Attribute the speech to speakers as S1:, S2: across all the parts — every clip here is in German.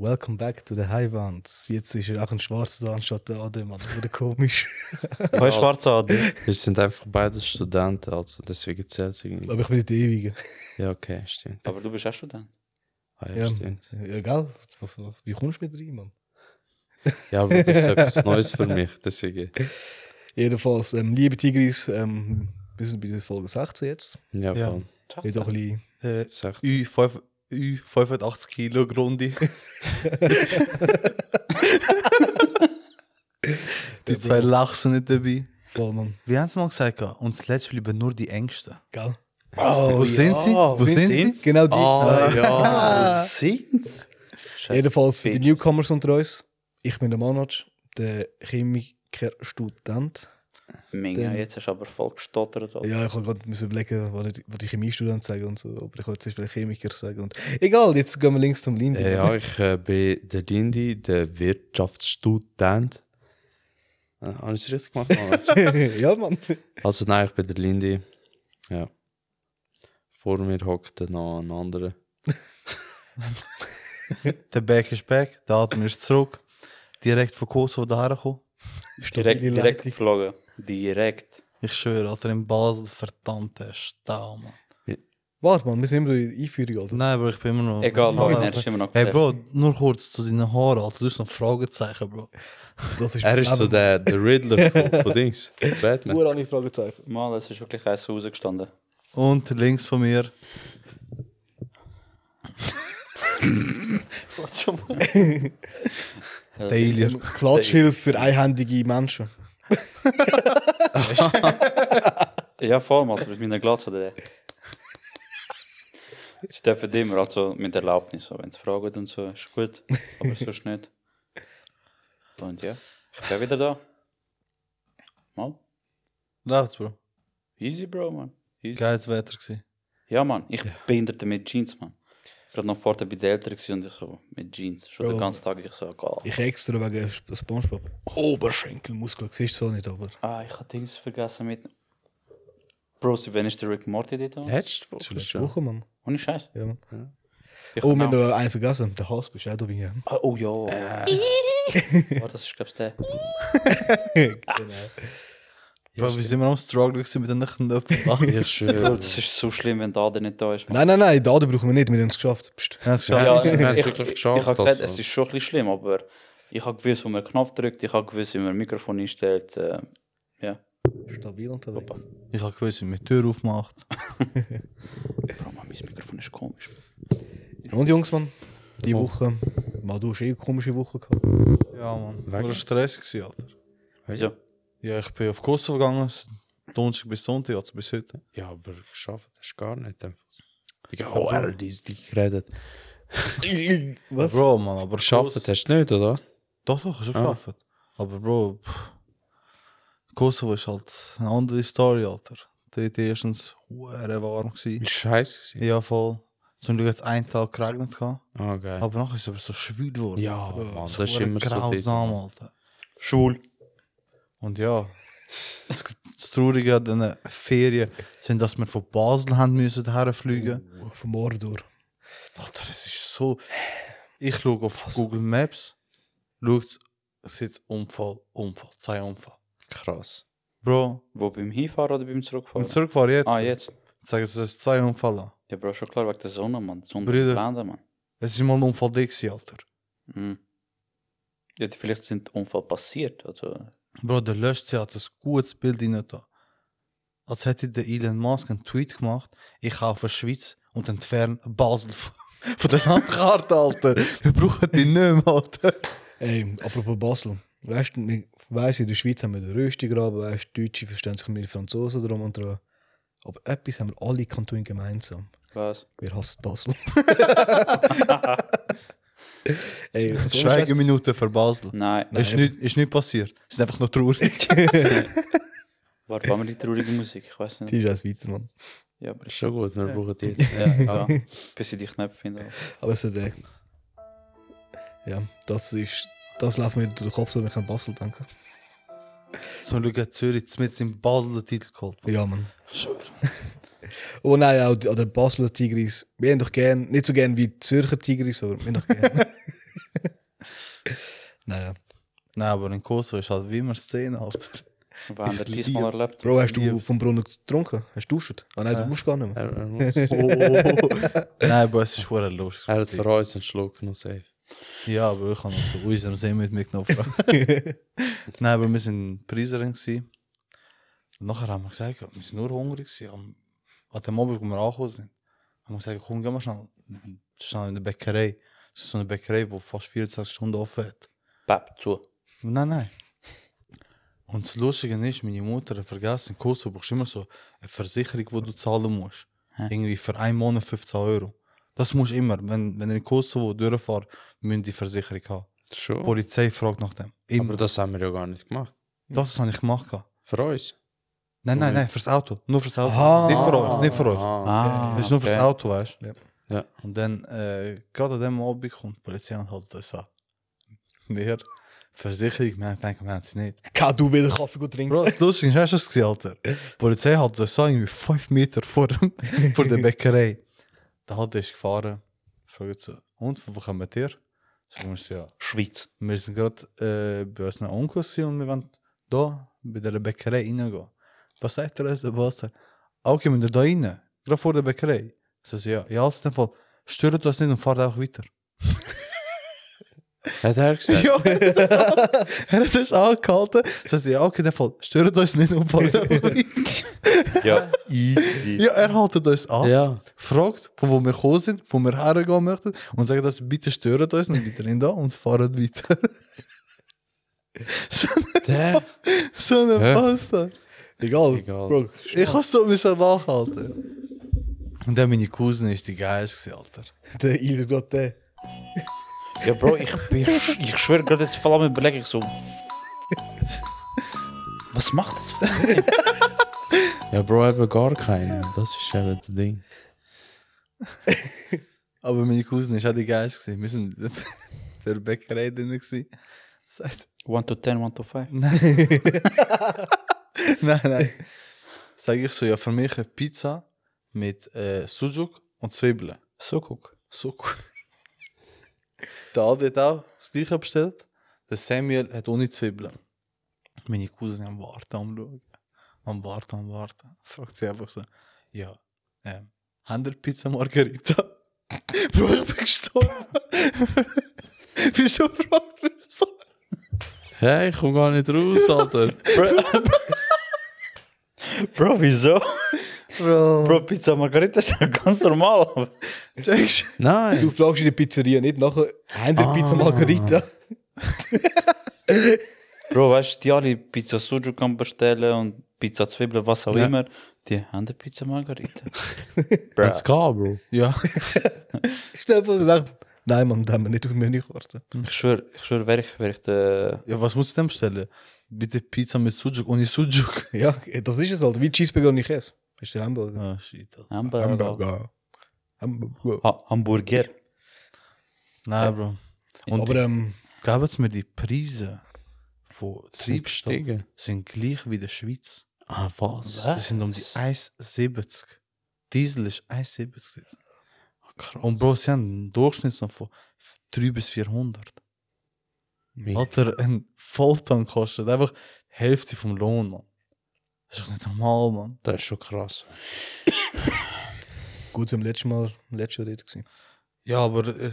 S1: welcome back to the High Band. Jetzt ist er auch ein Schwarzer da anstatt der Adem, Alter. Das wurde komisch.
S2: Wo ist schwarzer Adi?
S3: Wir sind einfach beide Studenten, also deswegen zählt es irgendwie.
S1: Aber ich bin nicht der Ewige.
S3: Ja, okay, stimmt.
S2: Aber du bist auch Student.
S3: Ah, ja,
S1: Ja,
S3: stimmt.
S1: ja gell? Was, was, wie kommst du mit rein, Mann?
S3: Ja, aber das ist etwas Neues für mich, deswegen.
S1: Jedenfalls, ähm, liebe Tigris, ähm, wir sind bei der Folge 16 jetzt.
S3: Ja,
S4: Ja.
S3: voll.
S1: Jetzt auch ein bisschen.
S4: Äh,
S3: Sagt-
S4: U5 U85 Kilo Grundi. die zwei lachsen nicht dabei.
S1: Voll, Mann.
S4: Wie haben sie mal gesagt, gehabt? uns letztes bleiben nur die Ängsten.
S1: Gell?
S4: Wo sind sie? Oh Wo
S2: Wer
S4: sind sie?
S2: sind's?
S1: Genau die zwei.
S2: Ah, ja, sind's?
S1: Jedenfalls für die Newcomers unter uns. Ich bin der Manoj, der Chemikerstudent.
S2: Mega,
S1: Dann-
S2: jetzt hast du aber voll gestottert. Alter.
S1: Ja, ich habe gerade müssen überlegen, was ich, was ich Chemiestudent sage und so, aber ich wollte zuerst vielleicht Chemiker sagen. Und egal, jetzt gehen wir links zum Lindy.
S3: Äh, ja, ich äh, bin der Lindy, der Wirtschaftsstudent. Äh, Habe ich es richtig gemacht? Mann?
S1: ja, Mann.
S3: Also nein, ich bin der Lindy. Ja. Vor mir hockt dann noch ein anderer.
S4: Der Back ist back, der Atem ist zurück. Direkt von Kosovo daher gekommen.
S2: direkt
S1: Stabile
S2: direkt
S1: Leitung.
S2: geflogen. Direkt.
S4: Ich schwöre, Alter, in Basel, verdammte Stau, Mann.
S1: Warte, Mann, wir sind immer in der Einführung, Alter.
S4: Nein, Bro, ich bin immer noch...
S2: Egal,
S4: Mann,
S2: Leute, er
S4: Alter.
S2: ist immer noch
S4: Hey,
S2: gefährlich.
S4: Bro, nur kurz zu deinen Haaren, Alter. Du hast noch Fragezeichen, Bro.
S1: Das ist
S3: Er ist so der, der Riddler von, von Dings. Batman.
S1: Nur eine Fragezeichen.
S2: Mal, es ist wirklich eins rausgestanden.
S4: Und links von mir...
S2: Was schon mal?
S4: Der Ilir.
S1: Klatschhilfe für einhändige Menschen.
S2: Ja, voll, Mann, mit meiner Glatze. Der. Sie dürfen immer, also mit Erlaubnis, so, wenn sie fragen und so, ist gut, aber sonst nicht. Und ja, ich bin wieder da. Mal,
S4: Läuft's, Bro.
S2: easy, Bro, man. Easy.
S4: Geiles Wetter gewesen.
S2: Ja, man, ich behinderte mit Jeans, man. Gerade noch vorher bei den Eltern gewesen und ich so, mit Jeans, schon den
S1: Bro.
S2: ganzen Tag, ich so, geil.
S1: Ich extra wegen Sp- Spongebob. Oberschenkelmuskel, siehst du so nicht, aber.
S2: Ah, ich habe Dings vergessen mit... Bro, sie- wann ist der Rick Morty dort?
S3: Letzte
S1: Das ist
S3: Woche
S1: letzte
S3: schon. Genau.
S1: Woche, Mann.
S2: Ohne Scheiß.
S1: Ja, Mann.
S2: Ich
S1: Oh,
S2: hab
S1: wir haben
S2: noch-
S1: noch einen vergessen. Der Hass bist du auch da, bin ich.
S2: Ah, Oh ja. Oh, das ist, glaube ich, der.
S4: Bro, wir sind immer am Struggle gewesen mit den Knöpfen.
S3: Ich
S2: Bro,
S3: schwöre.
S2: das ist so schlimm, wenn der andere nicht da ist. Man.
S1: Nein, nein, nein, den anderen brauchen wir nicht, wir haben es geschafft. Psst.
S4: Ja, es
S3: Ja,
S2: Ja,
S4: ja.
S3: wir haben es
S2: ich,
S3: wirklich
S2: ich, ich
S3: geschafft,
S2: habe gesagt,
S3: also.
S2: es ist schon ein bisschen schlimm, aber ich habe gewusst, wo man den Knopf drückt, ich habe gewusst, wie man ein Mikrofon einstellt. Äh, ja,
S1: Stabil unterwegs.
S4: Ich habe gewusst, wie man die Tür aufmacht.
S2: Bro, Mann, mein Mikrofon ist komisch.
S1: Und Jungs, Mann, die Woche. Mal, du hast eh eine komische Woche gehabt.
S4: Ja, Mann.
S3: Weg.
S4: War ein Stress gewesen, Alter.
S2: Wieso?
S4: Ja, ich bin auf Kosovo gegangen. s- Donnerstag bis Sonntag, also bis heute.
S3: Ja, aber geschafft hast du gar nicht. Einfach. Ich habe auch er dies dich geredet.
S1: Was?
S4: Bro, Mann, aber
S3: Geschafft
S4: Kos-
S3: hast du nicht, oder?
S4: Doch, doch, schon geschafft. Aber Bro, pff. Kosovo ist halt eine andere Story, Alter. Dort erstens hure warm gewesen.
S3: Ist scheiße gewesen.
S4: Ja, voll. Zum Glück hat es einen Tag geregnet gehabt.
S3: Ah, geil.
S4: Aber nachher ist es aber so schwül geworden. Äh,
S3: Ja, Mann, das
S4: so
S3: ist immer so. dieses-
S4: grausam, Alter.
S2: Schwul.
S4: Und ja, das, das Traurige an den Ferien sind, dass wir von Basel haben müssen herfliegen.
S1: Vom Mordor.
S4: Alter, es ist so. Ich schaue auf Google Maps, schaut es jetzt Unfall, Unfall, zwei Unfall.
S3: Krass.
S4: Bro,
S2: Wo, beim Hinfahren oder beim Zurückfahren?
S4: und zurückfahren jetzt.
S2: ah, jetzt.
S4: Sagen sie, es ist zwei Unfall. an.
S2: Ja, Bro, schon klar, wegen der Sonne, Mann. Die Sonne
S4: Brüder.
S2: blenden, Mann.
S4: Es ist mal ein Unfall dick, gewesen, Alter.
S2: Mhm. Ja, vielleicht sind Unfall passiert. Also,
S4: Bro, der Löschzee hat ein gutes Bild rein da. Als hätte der Elon Musk einen Tweet gemacht, ich kaufe Schweiz und entferne Basel von von der Landkarte, Alter. Wir brauchen die nicht mehr, Alter.
S1: Ey, apropos Basel. Weißt du, wir- weiss, in der Schweiz haben wir den Röstigraben, weißt du, Deutsche verstehen sich mit den Franzosen drum und dran. Aber etwas haben wir alle Kantone gemeinsam.
S2: was?
S1: Wir hassen Basel. Ey, so Scheiß-
S4: Schweigeminute für Basel.
S2: Nein.
S4: Ist nicht, ist nicht passiert. Es ist einfach nur traurig.
S2: Warte, war mir die traurige Musik? Ich weiß nicht.
S1: Die ist alles weiter, Mann.
S2: Ja, aber
S3: Ist
S2: ich.
S3: schon gut, wir brauchen die jetzt.
S2: Ja, egal. Bis ich dich nicht finde.
S1: Aber so der. Ja, das ist. Das läuft mir durch den Kopf, wenn ich an Basel denke.
S4: Zum Glück hat Zürich mit in Basel den Titel geholt.
S1: Ja, Mann. Oh nein, auch die- an den Basler Tigris. Wir haben doch gern, nicht so gern wie die Zürcher Tigris, aber wir haben doch gern. Naja.
S4: Nein, aber in Kosovo ist halt wie immer Szene, Alter.
S2: Wir haben
S4: Ich
S2: wir diesmal
S4: lieb's.
S2: erlebt.
S1: Bro, hast du
S4: Lieb's.
S1: vom Brunnen getrunken? Hast du duscht? Ah nein,
S4: Ja.
S1: du musst gar nicht mehr.
S3: Er, er, muss, er
S4: Nein, Bro, es ist hure lustig.
S3: hat für uns einen Schluck noch safe.
S4: Ja, aber ich habe noch von unserem See mit mitgenommen. Nein, aber wir sind Preiserin. gewesen. Und nachher haben wir gesagt, wir sind nur hungrig. gewesen. Am- An dem Abend, wo wir angekommen sind, haben wir gesagt, komm, gehen wir schnell, schnell in die Bäckerei. Es ist so eine Bäckerei, die fast 24 Stunden offen hat.
S2: Pep, zu.
S4: Nein, nein. Und das Lustige ist, meine Mutter hat vergessen, in Kosovo brauchst du immer so eine Versicherung, die du zahlen musst.
S2: Hä?
S4: Irgendwie für einen Monat 15 Euro. Das musst du immer. Wenn, wenn ihr in Kosovo durchfahrt, müsst ihr die Versicherung haben. Die
S3: Schon.
S4: Polizei fragt nach dem. Immer.
S3: Aber das haben wir ja gar nicht gemacht.
S4: Doch, das habe ich gemacht. gehabt.
S3: Für uns.
S4: Nein, nein, nein, fürs Auto. Nur fürs Auto.
S1: Ah.
S4: Nicht für euch, nicht für euch.
S3: Ah.
S2: Ah,
S4: das ist nur fürs
S2: okay.
S4: Auto, weißt du?
S1: Ja.
S3: Ja.
S4: Und dann, äh, gerade an dem Abend kommt die Polizei und hält uns an. Wir, Versicherung, wir haben gedacht, wir haben sie nicht.
S1: Kann du wieder Kaffee gut trinken?
S4: Bro, das Lustige ist, hast du das gesehen, Alter? Die Polizei hat das so irgendwie 5 Meter vor, dem, vor der Bäckerei. Da hat er gefahren. Fragt so, und von wo kommt ihr? Sagen wir so, ja.
S2: Schweiz.
S4: Wir sind gerade äh, bei unserem Onkel gewesen und wir wollen da bei der Bäckerei reingehen. Was sagt der uns, der Bastard? Okay, wir müssen da rein. Gerade vor der Bäckerei. So, so, ja, ja, also in dem Fall, stört das nicht und fahrt auch weiter.
S3: Hat er gesagt?
S4: Ja, er hat das angehalten. So, so, ja, okay, in dem Fall, stört das nicht und fahrt auch weiter.
S2: Ja, easy.
S4: Ja, er haltet uns an,
S3: Ja.
S4: fragt, von wo wir gekommen sind, wo wir hergehen möchten und sagt uns, bitte stören uns nicht wieder in da und fahren weiter. so,
S3: Der?
S4: so eine
S3: Hä?
S4: Pasta.
S1: Egal.
S3: Egal.
S1: Bro,
S4: Ich habe so müssen nachhalten. Und dann meine Cousine ist die geilste, Alter.
S1: der Eiler geht der.
S2: Ja, Bro, ich, bin- ich schwöre gerade, jetzt vor allem überlege ich so. Was macht das? für-
S3: Ja, Bro, eben gar keinen. Das ist eben das Ding.
S4: Aber meine Cousine ist auch die geilste. Wir sind in der Bäckerei drin. gewesen. Sagt,
S2: 1 to 10, 1 to 5.
S4: Nein. nein, nein. Sage ich so, ja, für mich eine Pizza mit äh, Sujuk und Zwiebeln.
S2: So guck.
S4: So cool. Der Adi hat auch das gleiche bestellt. Der Samuel hat ohne Zwiebeln. Meine Cousine am Warten, am Schauen. Am Warten, am Warten. Fragt sie einfach so: Ja, ähm, haben wir Pizza Margarita? Bro, ich bin gestorben. Wieso fragt man so?
S3: Hey, ich komme gar nicht raus, Alter.
S2: Bro, wieso?
S4: Bro,
S2: Bro, Pizza Margarita ist ja ganz normal.
S4: checkst
S3: Nein.
S1: Du fragst in der Pizzeria nicht nachher, haben die
S3: Ah.
S1: Pizza Margarita?
S2: Bro, weißt du, die alle Pizza Sujuk kann bestellen und Pizza Zwiebeln, was auch
S3: Ja.
S2: immer, die haben die Pizza Margarita.
S3: Let's go, Bro.
S4: Ja.
S1: Stell dir vor, sie sagt, nein Mann, da haben wir nicht auf die Menükarte.
S2: Ich schwöre, ich schwöre, wäre ich, wäre ich der.
S4: Ja, was muss ich denn bestellen? Bitte Pizza mit Sujuk, ohne Sujuk.
S1: Ja, das ist es halt, wie Cheeseburger und Käse. Ist der Hamburger.
S4: Ah, shit. Alter.
S2: Hamburger.
S4: genau.
S1: Hamburger. Hamburger.
S2: Ha Hamburger.
S4: Nein, Bro. Und
S1: Aber ähm,
S4: Glauben Sie mir, die Preise von
S3: Sind
S4: Treibstoff
S3: gestiegen.
S4: sind gleich wie in der Schweiz.
S3: Ah, was?
S4: Sie sind um die 1,70. Diesel ist 1,70. jetzt.
S3: Ah, Krass.
S4: Und Bro, sie haben einen Durchschnitt noch von 3 bis 400.
S3: Wie-
S4: Alter, ein Volltank kostet einfach die Hälfte vom Lohn, Mann. Das ist doch nicht normal, Mann.
S3: Das ist schon krass.
S1: gut, sie haben letztes Mal, letztes Jahr dort gewesen.
S4: Ja, aber äh,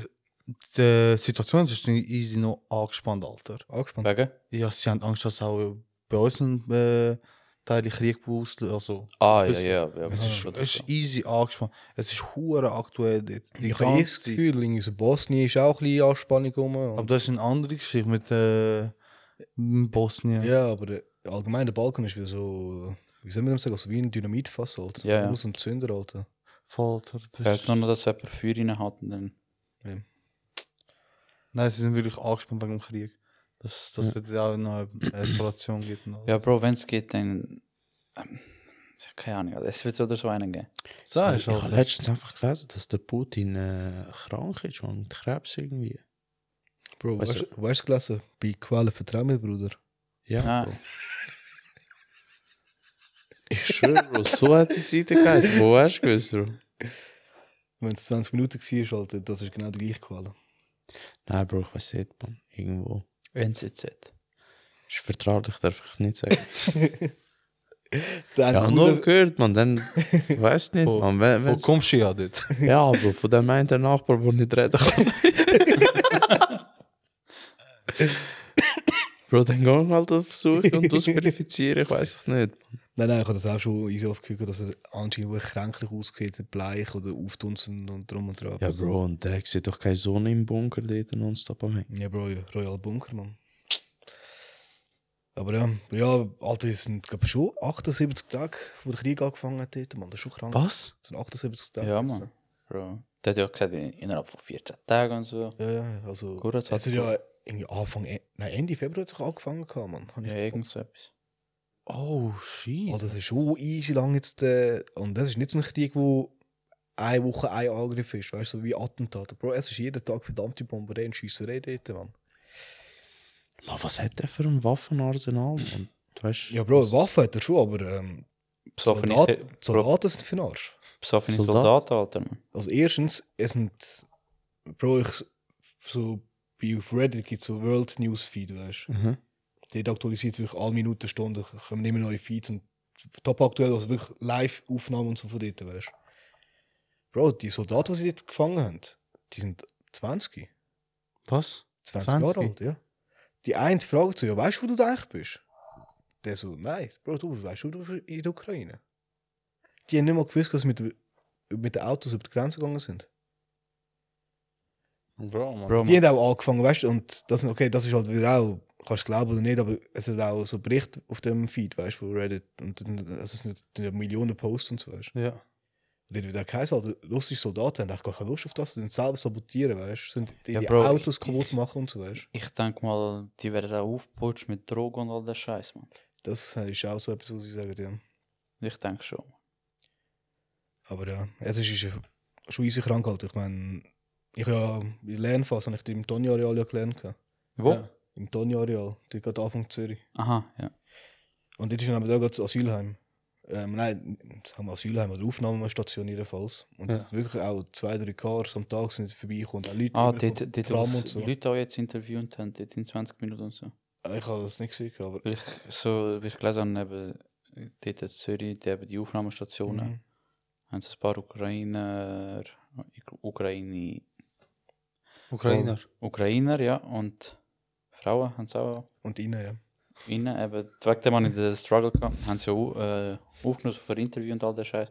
S4: die Situation ist nicht easy noch angespannt, Alter.
S1: Angespannt.
S2: Wegen?
S4: Ja, sie haben Angst, dass auch bei uns ein äh, Teil Krieg auslöst. Also,
S2: Ah, ja,
S4: Das-
S2: ja, ja.
S4: Es ist,
S2: ja,
S4: es ist easy angespannt. Es ist hure aktuell dort. Die
S1: Ich habe eh
S4: ganze
S1: das
S4: Zeit.
S1: Gefühl, in Bosnien ist auch ein bisschen Anspannung gekommen.
S4: Aber das ist eine andere Geschichte mit äh, mit Bosnien.
S1: Ja, aber der, allgemein der Balkan ist wieder so, wie soll man das sagen, also wie ein Dynamitfass halt.
S2: Ja, ja.
S1: Aus und Zünder, Alter.
S4: Voll, Alter, das
S2: Fällt
S4: ist-
S2: nur noch, dass jemand Feuer rein hat und dann.
S4: Nein, sie sind wirklich angespannt wegen dem Krieg. Dass das es auch noch eine Eskalation gibt. und alles.
S2: Ja, Bro, wenn es geht, dann. Ähm, ja, keine Ahnung, es wird oder so einen geben.
S4: So ist
S3: ich habe
S4: halt.
S3: letztens einfach gelesen, dass der Putin äh, krank ist, man, mit Krebs irgendwie.
S1: Bro,
S3: Weißt
S1: weißt du, weißt du gelesen? Bei Quellen vertrau mir, Bruder.
S3: Ja.
S2: Ah.
S3: Bro. Ich schwöre, Bro, so hat die Seite geheißen. Wo hast du gewusst, Bro?
S1: Wenn es 20 Minuten war, Alter, das ist genau die gleiche Quelle.
S3: Nein, Bro, ich weiß nicht, man. Irgendwo.
S2: NZZ.
S3: Ist vertraulich, darf ich nicht sagen.
S1: Der
S3: ja,
S1: hat
S3: nur
S1: das-
S3: gehört, man, dann weiß nicht,
S4: Wo-
S3: man. Wenn,
S4: Wo
S3: wenn's-
S4: kommst du ja dort?
S3: ja, aber von dem einen der Nachbar, der nicht reden kann. Bro, dann geh halt auf Suche und das verifizieren, ich weiß es nicht.
S1: Nein, nein, ich habe das auch schon easy aufgehört, dass er anscheinend wirklich kränklich aussieht, bleich oder auftunzend und drum und dran.
S3: Ja, Bro, und der sieht doch keine Sonne im Bunker, der nonstop am Hängen.
S1: Ja, Bro, ja, Royal Bunker, Mann. Aber ja, ja Alter, es sind glaub, schon 78 Tage, wo der Krieg angefangen hat, dort, Mann. Das ist schon krank.
S3: Was?
S1: Das sind 78 Tage.
S2: Ja,
S1: jetzt,
S2: Mann. Bro. Der hat ja gesagt, in- innerhalb von 14 Tagen und so.
S1: Ja, ja, also.
S2: Gut,
S1: es
S2: jetzt
S1: hat
S2: hat's
S1: ja irgendwie Anfang, E- nein, Ende Februar hat es angefangen, gehabt, Mann. Hab ich-
S2: Ja, irgend so etwas.
S4: Oh, shit.
S1: Alter, das ist schon easy lang jetzt. Äh, und das ist nicht so ein Krieg, wo eine Woche ein Angriff ist, weißt du, so wie Attentate. Bro, es ist jeden Tag verdammte Bomberei und Schiesserei eh dort, Mann.
S3: Man, was hat der für ein Waffenarsenal? Mann? Du weißt,
S1: Ja, Bro, Waffen hat er schon, aber ähm,
S2: Besoffene,
S1: Soldat,
S2: Bro,
S1: Soldaten sind für den Arsch.
S2: besoffene
S3: Soldat-
S2: Soldaten, Alter. Man.
S1: Also erstens, es sind, Bro, ich, so bei auf Reddit gibt es so World News Feed, weißt du.
S3: Mhm.
S1: Dort aktualisiert wirklich alle Minuten, Stunden, kommen immer neue Feeds und top aktuell, also wirklich Live-Aufnahmen und so von dort, weißt du. Bro, die Soldaten, die sie dort gefangen haben, die sind 20.
S4: Was?
S1: 20,
S4: 20?
S1: Jahre alt, ja. Die eine fragt so, ja, weißt du, wo du da eigentlich bist? Der so, nein, Bro, du weißt, du bist in der Ukraine. Die haben nicht mal gewusst, dass sie mit, mit den Autos über die Grenze gegangen sind.
S4: Bro, man.
S2: Bro,
S1: Die
S2: man.
S1: haben auch angefangen, weißt du, und das, okay, das ist halt wieder auch, kannst du glauben oder nicht, aber es hat auch so Bericht auf dem Feed, weißt du, von Reddit. Und dann- also es sind ja Millionen Posts und so, weißt du.
S4: Ja.
S1: Und dann wieder geheißen, Alter, russische Soldaten haben eigentlich gar keine Lust auf das, sie sind selber sabotieren, weißt du. Sind die,
S2: Ja,
S1: die
S2: Bro,
S1: Autos
S2: ich-
S1: kaputt machen und so, weißt du.
S2: Ich denke mal, die werden auch aufgeputscht mit Drogen und all der Scheiß, man.
S1: Das ist auch so etwas, was sie sagen, ja.
S2: Ich denke schon.
S1: Aber ja, es ist, ist schon easy krank halt. Ich meine, ich ja, in der Lernphase habe ich die im Tonjareal ja gelernt. gehabt.
S2: Wo?
S4: Ja.
S1: Im Tonjareal, dort geht Anfang Zürich.
S2: Aha, ja.
S1: Und dort ist dann eben da das Asylheim. Ähm, nein, das haben wir Asylheim oder Aufnahmestation jedenfalls. Und
S4: Ja.
S1: wirklich auch zwei, drei Cars am Tag sind vorbeigekommen. Auch Leute
S2: Ah,
S1: immer vom
S2: dort, dort
S1: Tram
S2: wo
S1: und
S2: es
S1: so. Ah,
S2: Leute auch jetzt interviewt haben, dort in 20 Minuten und so.
S1: Ich habe das nicht gesehen, aber...
S2: Weil ich so, wie ich gelesen habe, eben, dort in Zürich, die, eben die Aufnahmestationen,
S1: Mhm.
S2: haben sie ein paar Ukrainer, Ukraine,
S4: Ukrainer.
S2: Ukrainer, ja, und Frauen haben sie auch
S1: Und innen, ja.
S2: rein, eben, wegen dem habe ich den Struggle gehabt, haben sie auch äh, aufgenommen für Interview und all der Scheiß.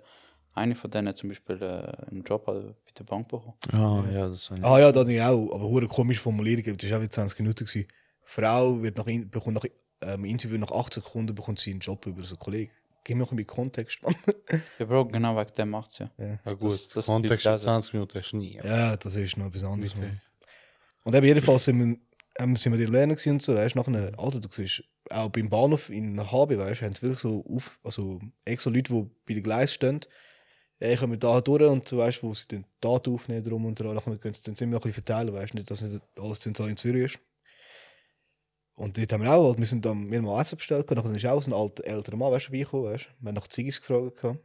S2: Eine von denen hat zum Beispiel äh, einen Job äh, bei der Bank bekommen.
S3: Ah, ja, das habe ich.
S1: Ah ja, da ich auch. Aber hure komische Formulierung, das war auch wieder 20 Minuten. Gewesen. Frau wird nach, in- bekommt nach ähm, Interview nach 8 Sekunden bekommt sie einen Job über so einen Kollegen. Gib mir noch ein bisschen Kontext, Mann.
S2: Ja, Bro, genau wegen dem macht es ja.
S4: Ja gut,
S2: Das- das
S4: Kontext
S2: Leute
S4: in
S2: lesen.
S4: 20 Minuten hast du nie.
S1: Ja, das ist noch etwas anderes.
S4: Okay.
S1: Mann. Und eben jedenfalls sind wir, ähm, sind wir die Lernen gewesen und so, weißt du, nachher, Alter, du siehst, auch beim Bahnhof in HB, weißt du, haben sie wirklich so auf, also extra Leute, die bei den Gleisen stehen, ich komme da durch und so, weißt du, wo sie den Daten aufnehmen drum und dran, nachher können sie dann ziemlich ein bisschen verteilen, weißt du, nicht, dass nicht alles zentral in Zürich ist. Und dort haben wir auch, halt, wir sind dann, wir haben mal Essen bestellt, nachher ist auch so ein alter, älterer Mann, weißt du, vorbeigekommen, weißt du, wir haben nach Ziggis gefragt. gehabt.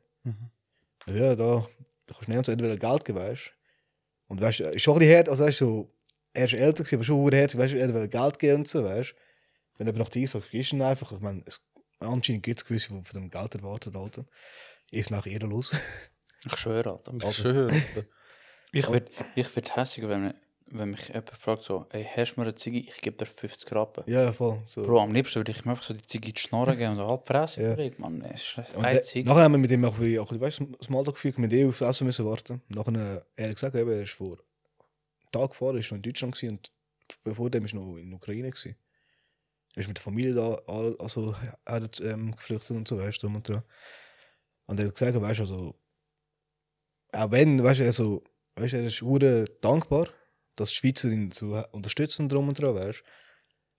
S1: Ja, da, da kannst du nicht uns entweder Geld geben, weißt du. Und weißt du, ist schon ein bisschen hart, also weißt du, so, er ist älter gewesen, aber schon sehr hart, weißt du, er will Geld geben und so, weißt du. Wenn du aber nach dir sagst, gehst du ihn einfach, ich meine, es, anscheinend gibt es gewisse, die von dem Geld erwartet, Alter. Ist nachher ehrenlos.
S2: Ich schwöre, Alter.
S4: Ich schwöre. Alter.
S2: Ich werd, ich werd hässig, wenn, mir- wenn mich jemand fragt, so, ey, hast du mir eine Ziege? Ich gebe dir 50 Rappen.
S1: ja, ja, voll. So.
S2: Bro, am liebsten würde ich mir einfach so die Ziege in die Schnorren geben und so halb fressen.
S1: Ja.
S2: Ja. Mann, es ist das
S1: Und der,
S2: einzig.
S1: nachher haben wir mit dem auch, wie- auch weißt du, Smalltalk geführt, mit ihm aufs Essen müssen warten. Nachher, äh, er hat gesagt, eben, er ist vor einem Tag gefahren, ist noch in Deutschland gewesen und bevor dem ist noch in der Ukraine gewesen. Er ist mit der Familie da, all- also er hat, ähm, geflüchtet und so, weißt du, drum und dran. Und er hat gesagt, weißt du, also, auch wenn, weißt du, also, weißt du, er ist hure dankbar, dass die Schweizer ihn so unterstützen drum und dran, weißt du.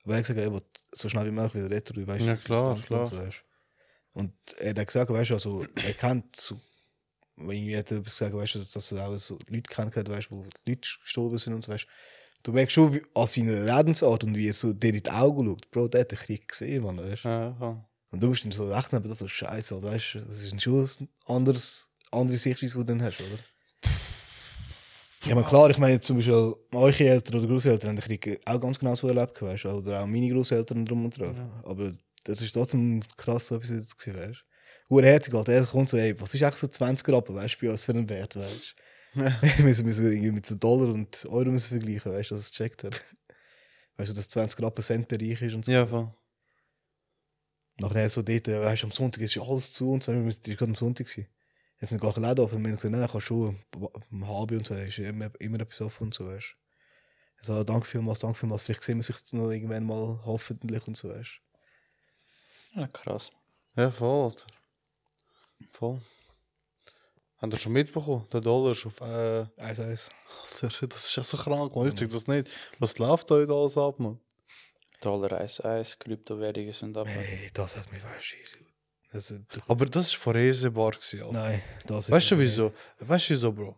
S1: Aber er hat gesagt, er will so schnell wie möglich wieder retour, weißt du.
S4: Ja,
S1: ins
S4: klar,
S1: Land
S4: klar.
S1: und So, weißt. du. Und er hat gesagt, weißt du, also, er kennt, so, irgendwie hat er etwas gesagt, weißt du, dass er auch so Leute kennt, weißt du, wo Leute gestorben sind und so, weißt du. Du merkst schon wie, an seiner Redensart und wie er so dir in die Augen schaut. Bro, der hat den Krieg gesehen, Mann, weißt du.
S4: Ja, ja.
S1: Und du musst dann so rechnen, aber das ist scheiße, oder? Weißt du, das ist schon ein anderes, andere Sichtweise, die du dann hast, oder? Ja, maar klar, ich meine zum Beispiel eure Eltern oder Großeltern haben den Krieg auch ganz genau so erlebt, weißt, du, oder auch meine Großeltern drum und dran. Aber das ist trotzdem krass, so wie es jetzt gewesen wäre. Urherzig, halt, er kommt so, ey, was ist echt so 20 Rappen, weißt du, bei uns für einen Wert, weißt du?
S4: Ja.
S1: Wir müssen, müssen irgendwie mit so Dollar und Euro müssen vergleichen, weißt du, dass es gecheckt hat. Weißt du, dass 20 Rappen Centbereich ist und so.
S4: Ja, voll.
S1: Nachher so dort, äh, weißt du, am Sonntag ist ja alles zu und so, wir müssen, das war gerade am Sonntag. Gewesen. Jetzt sind gar keine Läden offen, wir haben gesagt, nein, kannst schon, am HB und so, ist immer, immer etwas offen und so, weißt du. Also, danke vielmals, danke vielmals, vielleicht sehen wir sich jetzt noch irgendwann mal, hoffentlich und so, weißt du.
S2: Ja, krass.
S4: Ja, voll. Alter. Voll. Habt ihr schon mitbekommen? Der Dollar ist auf. Äh,
S1: Eins, eins.
S4: Alter, das ist ja so krank, man. Ich check das nicht. Was läuft da heute alles ab, man?
S2: Dollar, Eis, Eis, Kryptowährungen sind ab.
S1: Hey, das hat mich, weißt du, also, du-
S4: Aber das war vorhersehbar. gewesen, Alter.
S1: nein, das
S4: Weißt du wieso? Weißt du wieso, Bro?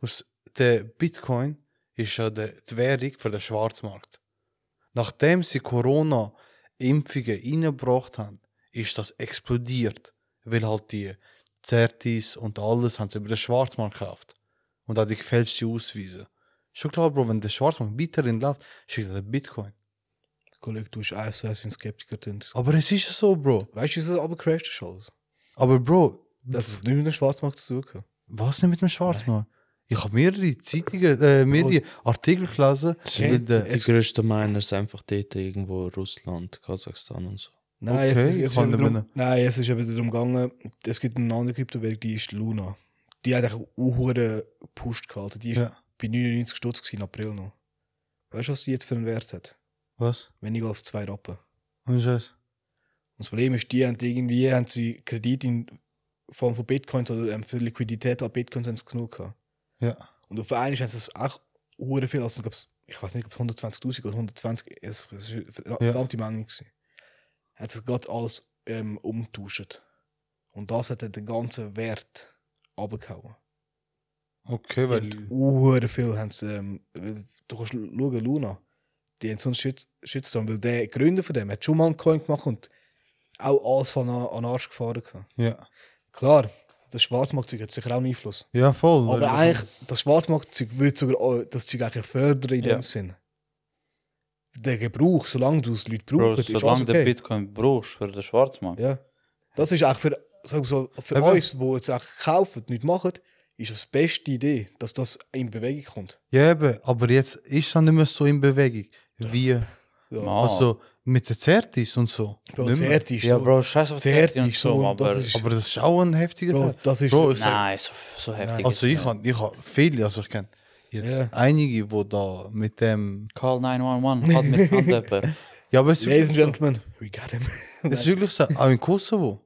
S4: Aus der Bitcoin ist ja der- die Währung für den Schwarzmarkt. Nachdem sie Corona-Impfungen reingebracht haben, ist das explodiert. Weil halt die Zertis und alles haben sie über den Schwarzmarkt gekauft. Und auch die gefälschten Ausweise. Schon klar, Bro, wenn der Schwarzmarkt weiterhin läuft, schickt er den Bitcoin.
S1: Kollege, du bist eins, eins, wie ein Skeptiker tönt.
S4: Aber es ist ja so, Bro.
S1: Weißt du, wieso aber crasht ist alles?
S4: Aber Bro,
S1: Das hat nichts mit dem Schwarzmarkt zu tun. gehabt.
S4: Was denn mit dem Schwarzmarkt? Ich habe mehrere Zeitungen, äh, mehrere Artikel gelesen.
S1: Okay.
S4: weil der-
S3: Die grössten Miner sind einfach dort irgendwo Russland, Kasachstan und so.
S1: Nein,
S4: Okay,
S1: es, ist-
S4: ich
S1: es, ist
S4: kann
S1: eben
S4: nicht
S1: darum,
S4: mehr.
S1: nein, es ist eben darum gegangen, es gibt eine andere Kryptowährung, die ist Luna. Die hat eigentlich einen gepusht gehalten. Die ist
S4: Ja.
S1: bei 99 Stutz gewesen, im April noch. Weißt du, was die jetzt für einen Wert hat?
S4: Was?
S1: Weniger als zwei Rappen.
S4: Ein Scheiß.
S1: Und das Problem ist, die haben irgendwie haben sie Kredit in Form von Bitcoins oder ähm, für Liquidität an Bitcoins haben sie genug gehabt.
S4: Ja.
S1: Und auf einmal haben sie es auch hure viel, also, glaub's, ich weiß nicht, ob es 120.000 oder 120, es, es ist eine verda-
S4: Ja.
S1: verdammte Menge gewesen. Hat es gerade alles ähm, umgetauscht. Und das hat dann den ganzen Wert runtergehauen.
S4: Okay, weil.
S1: Hure viel haben sie, ähm, weil du kannst l- schauen, Luna, die haben so einen Shit- Shitstorm, weil der Gründer von dem hat schon mal einen Coin gemacht und auch alles von an, an den Arsch gefahren. gehabt.
S4: Ja.
S1: Klar, das Schwarzmarktzeug hat sicher auch einen Einfluss.
S4: Ja, voll.
S1: Aber
S4: weil-
S1: eigentlich, das Schwarzmarktzeug würde sogar auch das Zeug eigentlich fördern in
S2: Ja.
S1: dem Sinn. Der Gebrauch, solange du es Leute
S2: Bro,
S1: brauchst, ist alles
S2: solange der
S1: okay.
S2: Bitcoin brauchst für den Schwarzmarkt.
S1: Ja. Das ist auch für, sagen wir so, für
S4: Eben.
S1: uns, die jetzt auch kaufen, nicht machen, ist das die beste Idee, dass das in Bewegung kommt.
S4: Ja, eben. Aber jetzt ist er nicht mehr so in Bewegung. Wie.
S1: So.
S2: Mann.
S4: Also mit den Zertis und so.
S1: Bro,
S4: Nicht
S1: das
S4: mehr.
S1: Herd ist
S2: Ja,
S1: so-
S2: Bro, scheiß auf die
S1: Zerti
S2: Härte und
S1: ist
S2: so,
S1: so,
S2: aber.
S1: das ist-
S4: Aber das ist auch ein heftiger
S1: Bro,
S4: Wert.
S1: das ist.
S4: Bro, ich sag,
S2: Nein, so, so heftig.
S1: Nein.
S2: ist
S4: also ich
S2: nicht.
S4: habe ich hab viele, also ich kenne jetzt
S1: Ja.
S4: einige, die da mit dem.
S2: Call 911, hat mit Handlepper.
S4: Ja, aber es ist
S1: Ladies and Gentlemen, we got him.
S4: Das ist wirklich so. Auch in Kosovo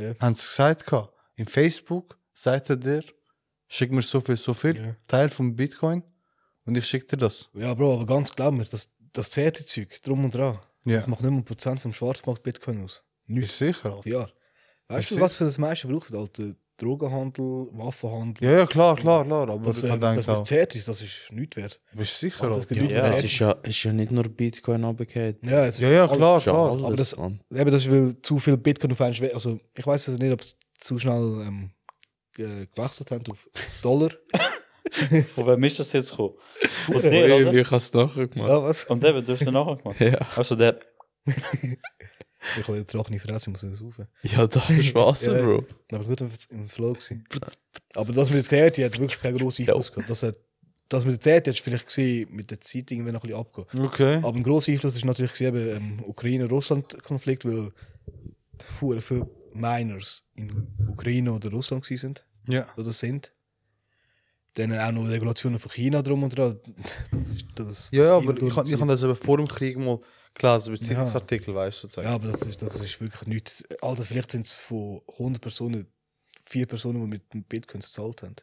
S1: Ja.
S4: haben sie gesagt, gehabt, in Facebook sagt er dir, schick mir so viel, so viel,
S1: Ja.
S4: Teil vom Bitcoin und ich schicke dir das.
S1: ja, Bro, aber ganz glaub mir, das, das Zerti-Zeug, drum und dran,
S4: Ja.
S1: das macht nicht mal Prozent vom Schwarzmarkt Bitcoin aus.
S4: Ist sicher, Alter.
S1: Ja. Weißt
S4: Weißt
S1: du,
S4: du?
S1: was für das meiste braucht? Alter, Drogenhandel, Waffenhandel.
S4: Ja, ja, klar, klar, klar. Aber
S1: Das,
S4: ich
S1: äh,
S4: denke
S1: das
S4: auch,
S1: mit Zert ist, das ist nichts wert.
S4: bist sicher,
S1: Ach, das
S4: Alter.
S1: geht nicht.
S4: Ja,
S2: Ja.
S3: Es ist ja, es ist ja nicht nur Bitcoin runtergefallen.
S1: Ja, es ist
S4: ja, ja,
S1: all-
S4: klar,
S3: Schon
S4: klar.
S3: alles,
S1: aber das-
S3: Mann.
S1: Eben, das ist, weil zu viel Bitcoin auf einmal. Also, ich weiß also nicht, ob es zu schnell ähm, ge- gewechselt haben auf das Dollar.
S2: Von wem ist das jetzt gekommen? Von
S3: Ich,
S2: dir, oder?
S3: ich habe es nachher gemacht.
S1: Ja, was?
S2: Und eben, du hast den nachher gemacht.
S3: Ja,
S2: Also der,
S1: Ich habe wieder trockene Fresse, ich muss das rufen.
S3: ja da ist Wasser,
S1: Ja.
S3: Bro.
S1: Aber gut, wenn es im Flow gewesen. Aber das mit der Zert hat wirklich keinen grossen Einfluss gehabt. Das, hat, das mit der Zert hast du vielleicht gesehen, mit der Zeit irgendwie noch ein bisschen abgehen.
S4: Okay.
S1: Aber ein grosser Einfluss ist natürlich gewesen, eben ähm, Ukraine-Russland-Konflikt, weil fuhren viele Miners in Ukraine oder Russland gewesen sind
S4: Ja.
S1: oder sind. Dann auch noch Regulationen von China drum und dran. Das ist das.
S4: Ja, ja,
S1: das
S4: aber ich, hab- ich habe das eben vor dem Krieg mal gelesen, Beziehungsartikel, weißt du,
S1: Ja,
S4: sozusagen.
S1: aber das ist, das ist wirklich nichts. Also vielleicht sind es von 100 Personen vier Personen, die mit dem Bitcoin gezahlt haben.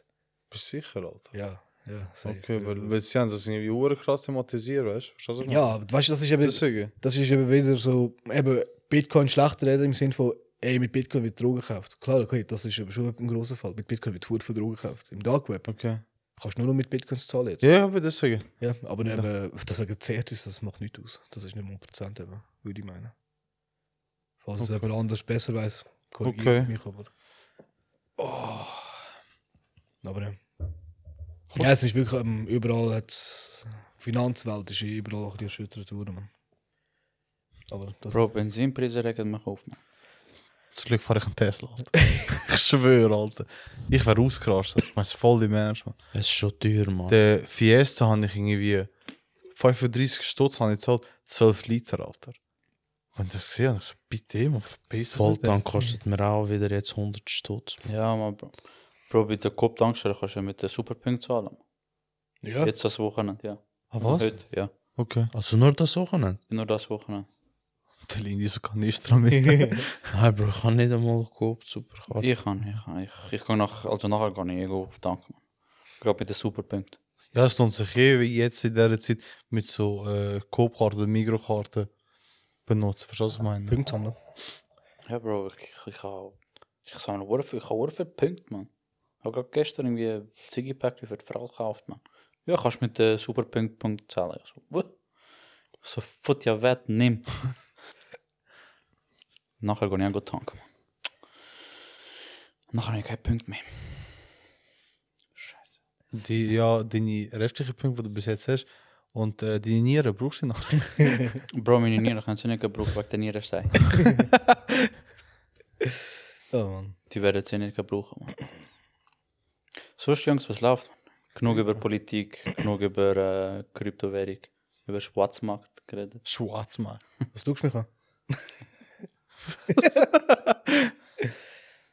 S4: Bist sicher, Alter.
S1: Ja, ja, safe.
S4: Okay, weil, weil sie haben das irgendwie ur krass thematisiert, weißt du? Verstehst du? was ich
S1: ja, aber weißt du, das ist eben.
S4: meine? Deswegen.
S1: Das ist eben wieder so, eben Bitcoin schlechter reden im Sinne von, ey, mit Bitcoin wird Drogen gekauft. Klar, okay, das ist aber schon ein großer Fall. Mit Bitcoin wird Hut von Drogen gekauft. Im Dark Web
S4: Okay.
S1: kannst du nur noch mit Bitcoins zahlen jetzt.
S4: Ja, aber deswegen.
S1: Ja, aber eben, das wegen zert ist, das macht nichts aus. Das ist nicht mal Prozent, eben, würde ich meinen. Falls es jemand anders besser weiß, korrigiert
S4: Okay.
S1: Oh. mich aber. Aber ja. Ja, es ist wirklich ähm, überall, hat, die Finanzwelt ist überall ein bisschen erschüttert worden, Mann. Aber das
S2: Bro, Benzinpreise regen mich auf. Man.
S4: Zum Glück fahre ich einen Tesla, Alter. ich schwöre, Alter. Ich wäre ausgerastet. Ich meine, es ist voll im Ernst, man.
S3: Es ist schon teuer, Mann.
S4: Der Fiesta habe ich irgendwie 35 Stutz habe ich gezahlt, 12 Liter, Alter. Wenn ich das gesehen habe, ich so, bitte, man, verpiss dich. mit dem.
S3: Volltank kostet mir auch wieder jetzt 100 Stutz.
S2: Ja, man, Bro. Bro, bei der Coop-Tankstelle kannst du mit den Superpunkten zahlen. Mann.
S1: ja,
S2: Jetzt das Wochenende, ja.
S4: Ah, was?
S2: Heute, ja.
S4: Okay.
S3: Also nur das auch nicht?
S2: Nur das Wochenende.
S4: Der Lindy so Kanister mit.
S3: Nein, Bro, ich kann nicht einmal Coop Supercard.
S2: Ich kann, ich kann. Ich, ich kann nach, also nachher gar nicht irgendwo auf Tank. Mann. Gerade mit den Superpunkten.
S4: ja, es lohnt sich eh, wie jetzt in dieser Zeit mit so äh, Coop-Karten, Mikrokarten benutzen. Verstehst du, was ich meine?
S1: Punkte sammeln.
S2: Ja, Bro, ich, ich, ich habe ich sammle hure viel- ich habe hure viele Punkte, man. Ich habe gerade gestern irgendwie ein Ziggy-Pack für die Frau gekauft, man. Ja, kannst mit den Superpunkt-Punkt zahlen. Ich so, what? So, fut ja wett, nimm. Nachher gehe ich auch gut tanken, man. Nachher habe ich keinen Punkt mehr. Scheiße.
S4: Die, ja, deine restlichen Punkte, die du bis jetzt hast, und äh, deine Nieren brauchst du noch.
S2: Bro, meine Nieren können sie nicht gebrauchen, wegen der Nieren sein.
S1: Ja, Mann.
S2: Die werden sie nicht gebrauchen, man. Sonst, Jungs, was läuft? Genug über Politik, genug über äh, Kryptowährung, über Schwarzmarkt geredet.
S4: Schwarz, Mann.
S1: Was schaust du mich an?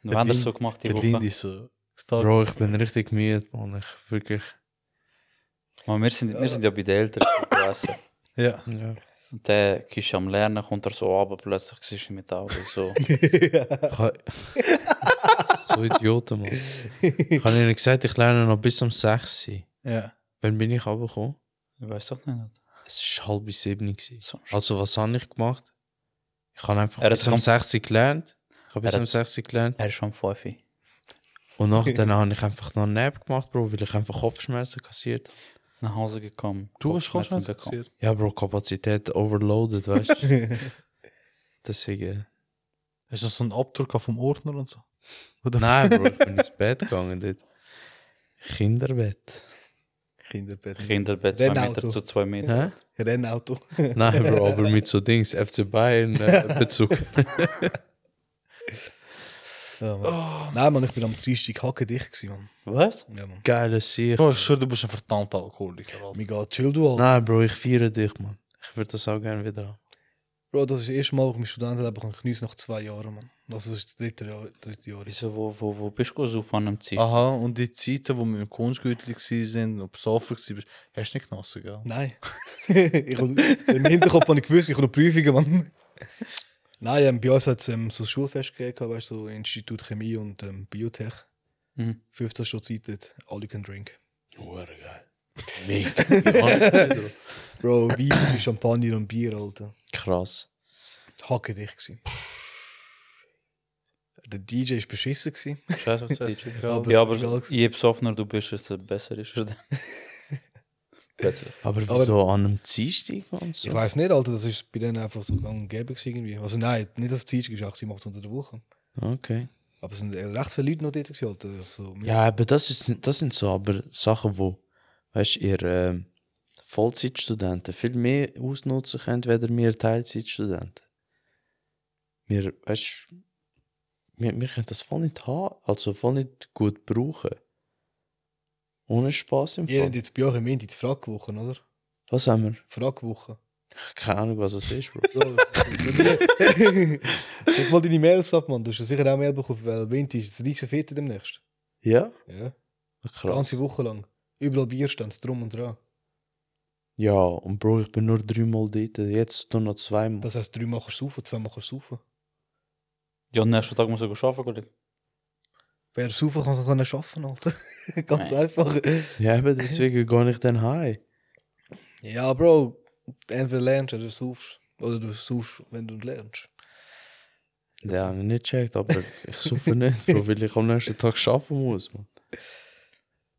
S2: Wir haben das so gemacht die
S4: Der Lindy
S2: Woche.
S4: so. Star
S3: Bro, ich bin richtig müde, Mann. Ich wirklich.
S2: Man, wir, sind, wir sind ja bei den Eltern gewesen.
S4: Ja.
S3: Ja.
S2: Und der ist am Lernen, kommt er so ab, plötzlich siehst du ihn mit den Augen so.
S3: Ich ha- so Idioten, Mann. Ich habe ihnen gesagt, ich lerne noch bis um 6 Uhr.
S4: Ja.
S3: Wann bin ich runtergekommen?
S2: Ich weiß doch nicht.
S3: Es war halb sieben. gewesen.
S2: So ein Sch-
S3: Also, was habe ich gemacht? Ich habe einfach
S2: Er hat
S3: bis um
S2: kom-
S3: 6 Uhr gelernt. Ich habe bis
S2: Er
S3: um 6 Uhr gelernt.
S2: Er ist schon fünf.
S3: Und nachher habe ich einfach noch einen Nap gemacht, Bro, weil ich einfach Kopfschmerzen kassiert habe.
S2: Nach Hause gekommen.
S4: Du hast
S2: Kopfschmerzen
S4: Kopfschmerzen
S2: bekommen.
S4: kassiert.
S3: Ja, Bro, Kapazität overloaded, weißt du? Deswegen.
S4: Hast du noch so einen Abdruck gehabt vom Ordner und so? Oder
S3: Nein, Bro, ich bin ins Bett gegangen dort. Kinderbett.
S1: Kinderbett.
S2: Kinderbett, zwei
S1: Rennauto.
S2: Meter zu zwei Meter.
S3: Hä?
S1: Rennauto.
S3: Nein, Bro, aber mit so Dings, FC Bayern äh, Bezug.
S1: Ja, Mann. Nein, Mann, ich bin am Dienstag hacke dich gewesen, Mann.
S2: Was?
S1: Ja, Mann.
S3: Geiles Sieg.
S4: Bro, ich schwöre, du bist ein verdammter Alkoholiker. Alter.
S1: Mir geht chill, du Alter.
S3: Nein, Bro, ich feiere dich, Mann. Ich würde das auch gerne wieder haben.
S1: Bro, das ist das erste Mal, wo ich mein Studentenleben kann geniessen nach zwei Jahren, Mann. Das ist das dritte Jahr. Dritte Jahr jetzt.
S2: Wieso, wo, wo, wo bist du so an einem Ziel?
S4: Aha, und die Zeiten, wo wir im Kunstgürtel waren und besoffen waren, hast du nicht genossen, gell?
S1: Nein. ich, hab- Im Hinterkopf habe ich gewusst, ich habe noch Prüfungen, Mann. Nein, ähm, bei uns hat es ähm, so ein Schulfest gegeben, weißt du, so Institut Chemie und ähm, Biotech.
S2: Mhm.
S1: 15 Stunden Zeit, dort, all you can drink.
S3: Hure geil. Mega.
S1: Bro, Wein, Champagner und Bier, Alter.
S3: Krass.
S1: Hacke dich gewesen. Der DJ war beschissen. Gewesen.
S2: Scheiße, was
S4: Das
S2: ist
S4: ist
S2: das?
S4: egal.
S2: Ja, aber
S1: Egal gewesen.
S2: je besoffener du bist, desto besser ist eh, er dann. Plötzlich.
S3: Aber wieso an einem Dienstag und so?
S1: Ich weiß nicht, Alter, das ist bei denen einfach so gang und gäbe gewesen irgendwie. Also nein, nicht das DJ war, sie macht unter der Woche.
S3: Okay.
S1: Aber es sind recht viele Leute noch dort gewesen, Alter. So,
S3: Ja, aber das, ist, das sind so aber Sachen, wo, weißt du, ihr ähm, Vollzeitstudenten viel mehr ausnutzen könnt, weder wir Teilzeitstudenten. Wir, weißt du, wir, wir können das voll nicht haben, also voll nicht gut brauchen. Ohne Spaß im
S1: Ihr habt
S3: Fall.
S1: jetzt bei euch im Indien die Fragwoche, oder?
S3: Was haben wir?
S1: Fragwoche.
S3: Keine Ahnung, was das ist, Bro.
S1: Bro, check mal deine Mails ab, man. Dus Du hast ja sicher auch Mail bekommen, weil Winter ist das riesige Fete demnächst.
S3: ja?
S1: Ja, die
S3: Krass.
S1: ganze Woche lang. Überall Bierstand, drum und dran.
S3: Ja, und Bro, ich bin nur dreimal dort, jetzt nur noch zweimal.
S1: Das heisst, drei Mal kannst du saufen, zwei Mal kannst du saufen.
S2: Ja, am nächsten Tag muss er arbeiten, Kollege.
S1: Wer saufen kann, kann er arbeiten, Alter. Ganz
S2: Nein.
S1: einfach.
S3: Ja, aber deswegen gehe ich dann heim.
S1: Ja, Bro, entweder lernst oder du saufst. Oder du saufst, wenn du lernst.
S3: Ja, habe ich nicht gecheckt, aber ich suche nicht, Bro, weil ich am nächsten Tag arbeiten muss. Man.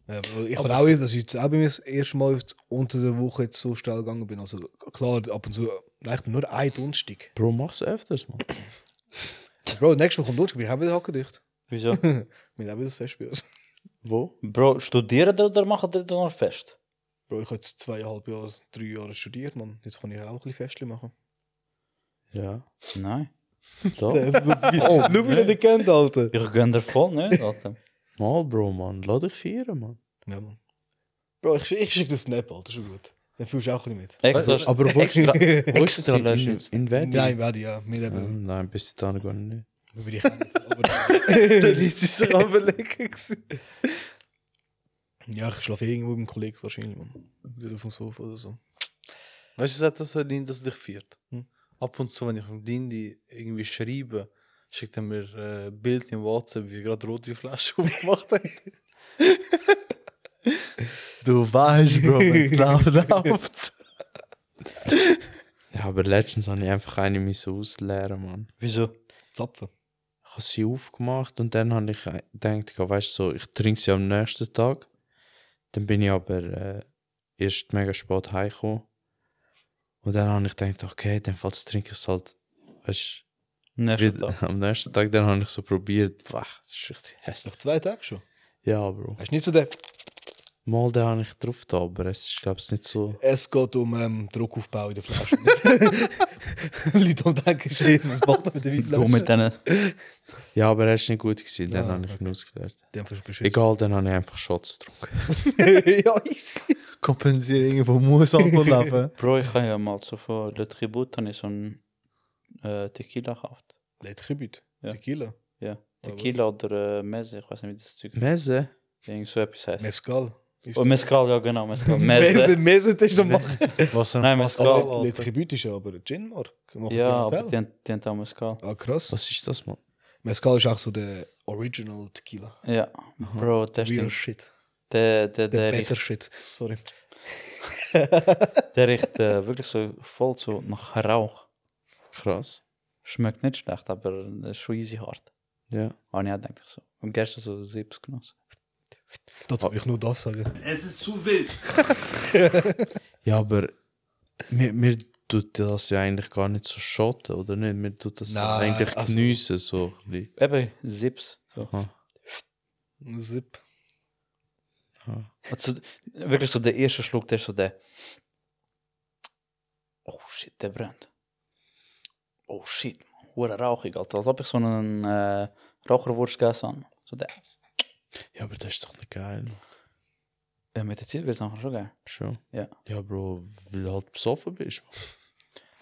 S1: Ja, Bro, ich war auch, das ist jetzt auch bei mir das erste Mal jetzt unter der Woche jetzt so schnell gegangen bin. Also klar, ab und zu, nein, ich bin nur ein Donnerstag.
S3: Bro, mach's öfters, man.
S1: Bro, nächste Woche am Donnerstag bin ich auch wieder hackedicht.
S2: Wieso?
S1: Wir haben auch wieder das Fest bei uns.
S3: Wo?
S2: Bro, studieren die oder machen die dann noch fest?
S1: Bro, ich habe jetzt zweieinhalb Jahre, drei Jahre studiert, man. Jetzt kann ich auch ein bisschen Festchen machen.
S3: Ja.
S2: Nein.
S3: Da.
S1: oh, Schau, wie ihr den kennt, Alter.
S2: Ich gönn dir voll nicht, Alter.
S3: Mal, Bro, man. Lass dich feiern, man.
S1: Ja, man. Bro, ich, ich schicke dir Snap, Alter, schon gut. Dann fühlst du auch ein bisschen
S2: Extra,
S3: Aber wo
S2: extra, extra
S3: in,
S2: löschen jetzt.
S3: in
S1: mit.
S3: Wedding?
S1: Nein, werde ja, mit
S3: Ja,
S1: eben.
S3: nein, bis dahin gar nicht.
S1: Ja. Würde ich auch nicht. Aber
S4: Der Lied ist sich am Überlegen. gewesen.
S1: ja, ich schlafe eh irgendwo mit dem Kollegen wahrscheinlich, man. Wieder auf dem Sofa oder so.
S4: Weißt du, das hat ihn, dass er dich feiert.
S1: Hm.
S4: Ab und zu, wenn ich mit Lindy irgendwie schreibe, schickt er mir äh, Bild in WhatsApp, wie er gerade rot wie Flasche aufgemacht hat. du weißt, Bro, wenn's läuft, läuft's.
S3: Ja, aber letztens habe ich einfach eine müssen ausleeren, man.
S2: Wieso?
S1: Zapfen.
S3: Ich habe sie aufgemacht und dann habe ich äh, gedacht, ja, weißt du, so, ich trinke sie am nächsten Tag. Dann bin ich aber äh, erst mega spät heimgekommen. Und dann habe ich gedacht, okay, dann falls trinke ich es halt, weißt
S2: Nächsten
S3: du,
S2: Tag.
S3: am nächsten Tag, dann habe ich so probiert, wach, das ist richtig hässlich.
S1: Nach zwei Tagen schon.
S3: Ja, Bro.
S1: Hast du nicht so den.
S3: Mal den habe ich drauf da, aber es ist, glaube ich, nicht so.
S1: Es geht um ähm, Druckaufbau in der Flasche. Leute am denken, shit, was macht er mit der
S2: Du mit
S1: Weinflasche?
S2: denen.
S3: Ja, aber er ist nicht gut gewesen, dann
S1: Ah,
S3: habe ich
S1: okay.
S3: ihn ausgeleert.
S1: Dem verschwindet.
S3: Egal, dann habe ich einfach Shots getrunken.
S1: ja, easy.
S4: Kompensieren irgendwo muss Alkohol leben.
S2: Bro, ich habe ja mal so von Le Tribut habe ich so ein äh, Tequila gekauft.
S1: Leute, Gebiet.
S2: Ja.
S1: Tequila.
S2: Ja. Tequila oder äh, Mese, ich weiß nicht, wie das Zeug
S3: Mese?
S2: Irgend so etwas heißt.
S1: Mescal.
S2: Oh, Mescal, ja genau, Mescal.
S1: Messe,
S2: Mese.
S1: Messe, das ist am Machen.
S4: Was
S2: Nein,
S4: Mescal,
S2: Mescal.
S1: Aber Leute, Gebiet ist ja aber Gin-Mark. Macht ja,
S2: Ja, aber die
S1: Hotel.
S2: haben die haben auch Mescal.
S1: Ah, krass.
S3: Was ist das, Mann?
S1: Mescal ist auch so der Original Tequila.
S2: Ja, Bro, der
S1: Real
S2: stimmt.
S1: shit.
S2: Der, der,
S1: Der
S2: der,
S1: better
S2: riecht,
S1: shit. Sorry.
S2: der riecht äh, wirklich so voll so nach Rauch.
S3: Krass.
S2: Schmeckt nicht schlecht, aber ist schon easy hart. Ah,
S3: Ja.
S2: Und ja, denke ich so. Und gestern so Sips genossen.
S1: Dazu will ich nur das sagen.
S5: Es ist zu wild.
S3: Ja, aber mir, mir tut das ja eigentlich gar nicht so schotten, oder nicht? Mir tut das
S1: Nein,
S3: eigentlich
S1: also-
S3: geniessen, so ein bisschen.
S2: Eben, Sips. So.
S3: Aha.
S1: Zip.
S2: Also, wirklich so der erste Schluck, der ist so der. Oh shit, der brennt. Oh shit, hoher rauchig, Alter. Als ob ich so einen äh, Raucherwurst gegessen habe. So der.
S3: Ja, aber das ist doch nicht geil.
S2: Ja, mit der Zeit wird es nachher schon geil.
S3: Schon.
S2: Ja.
S3: Ja, Bro, weil du halt besoffen bist.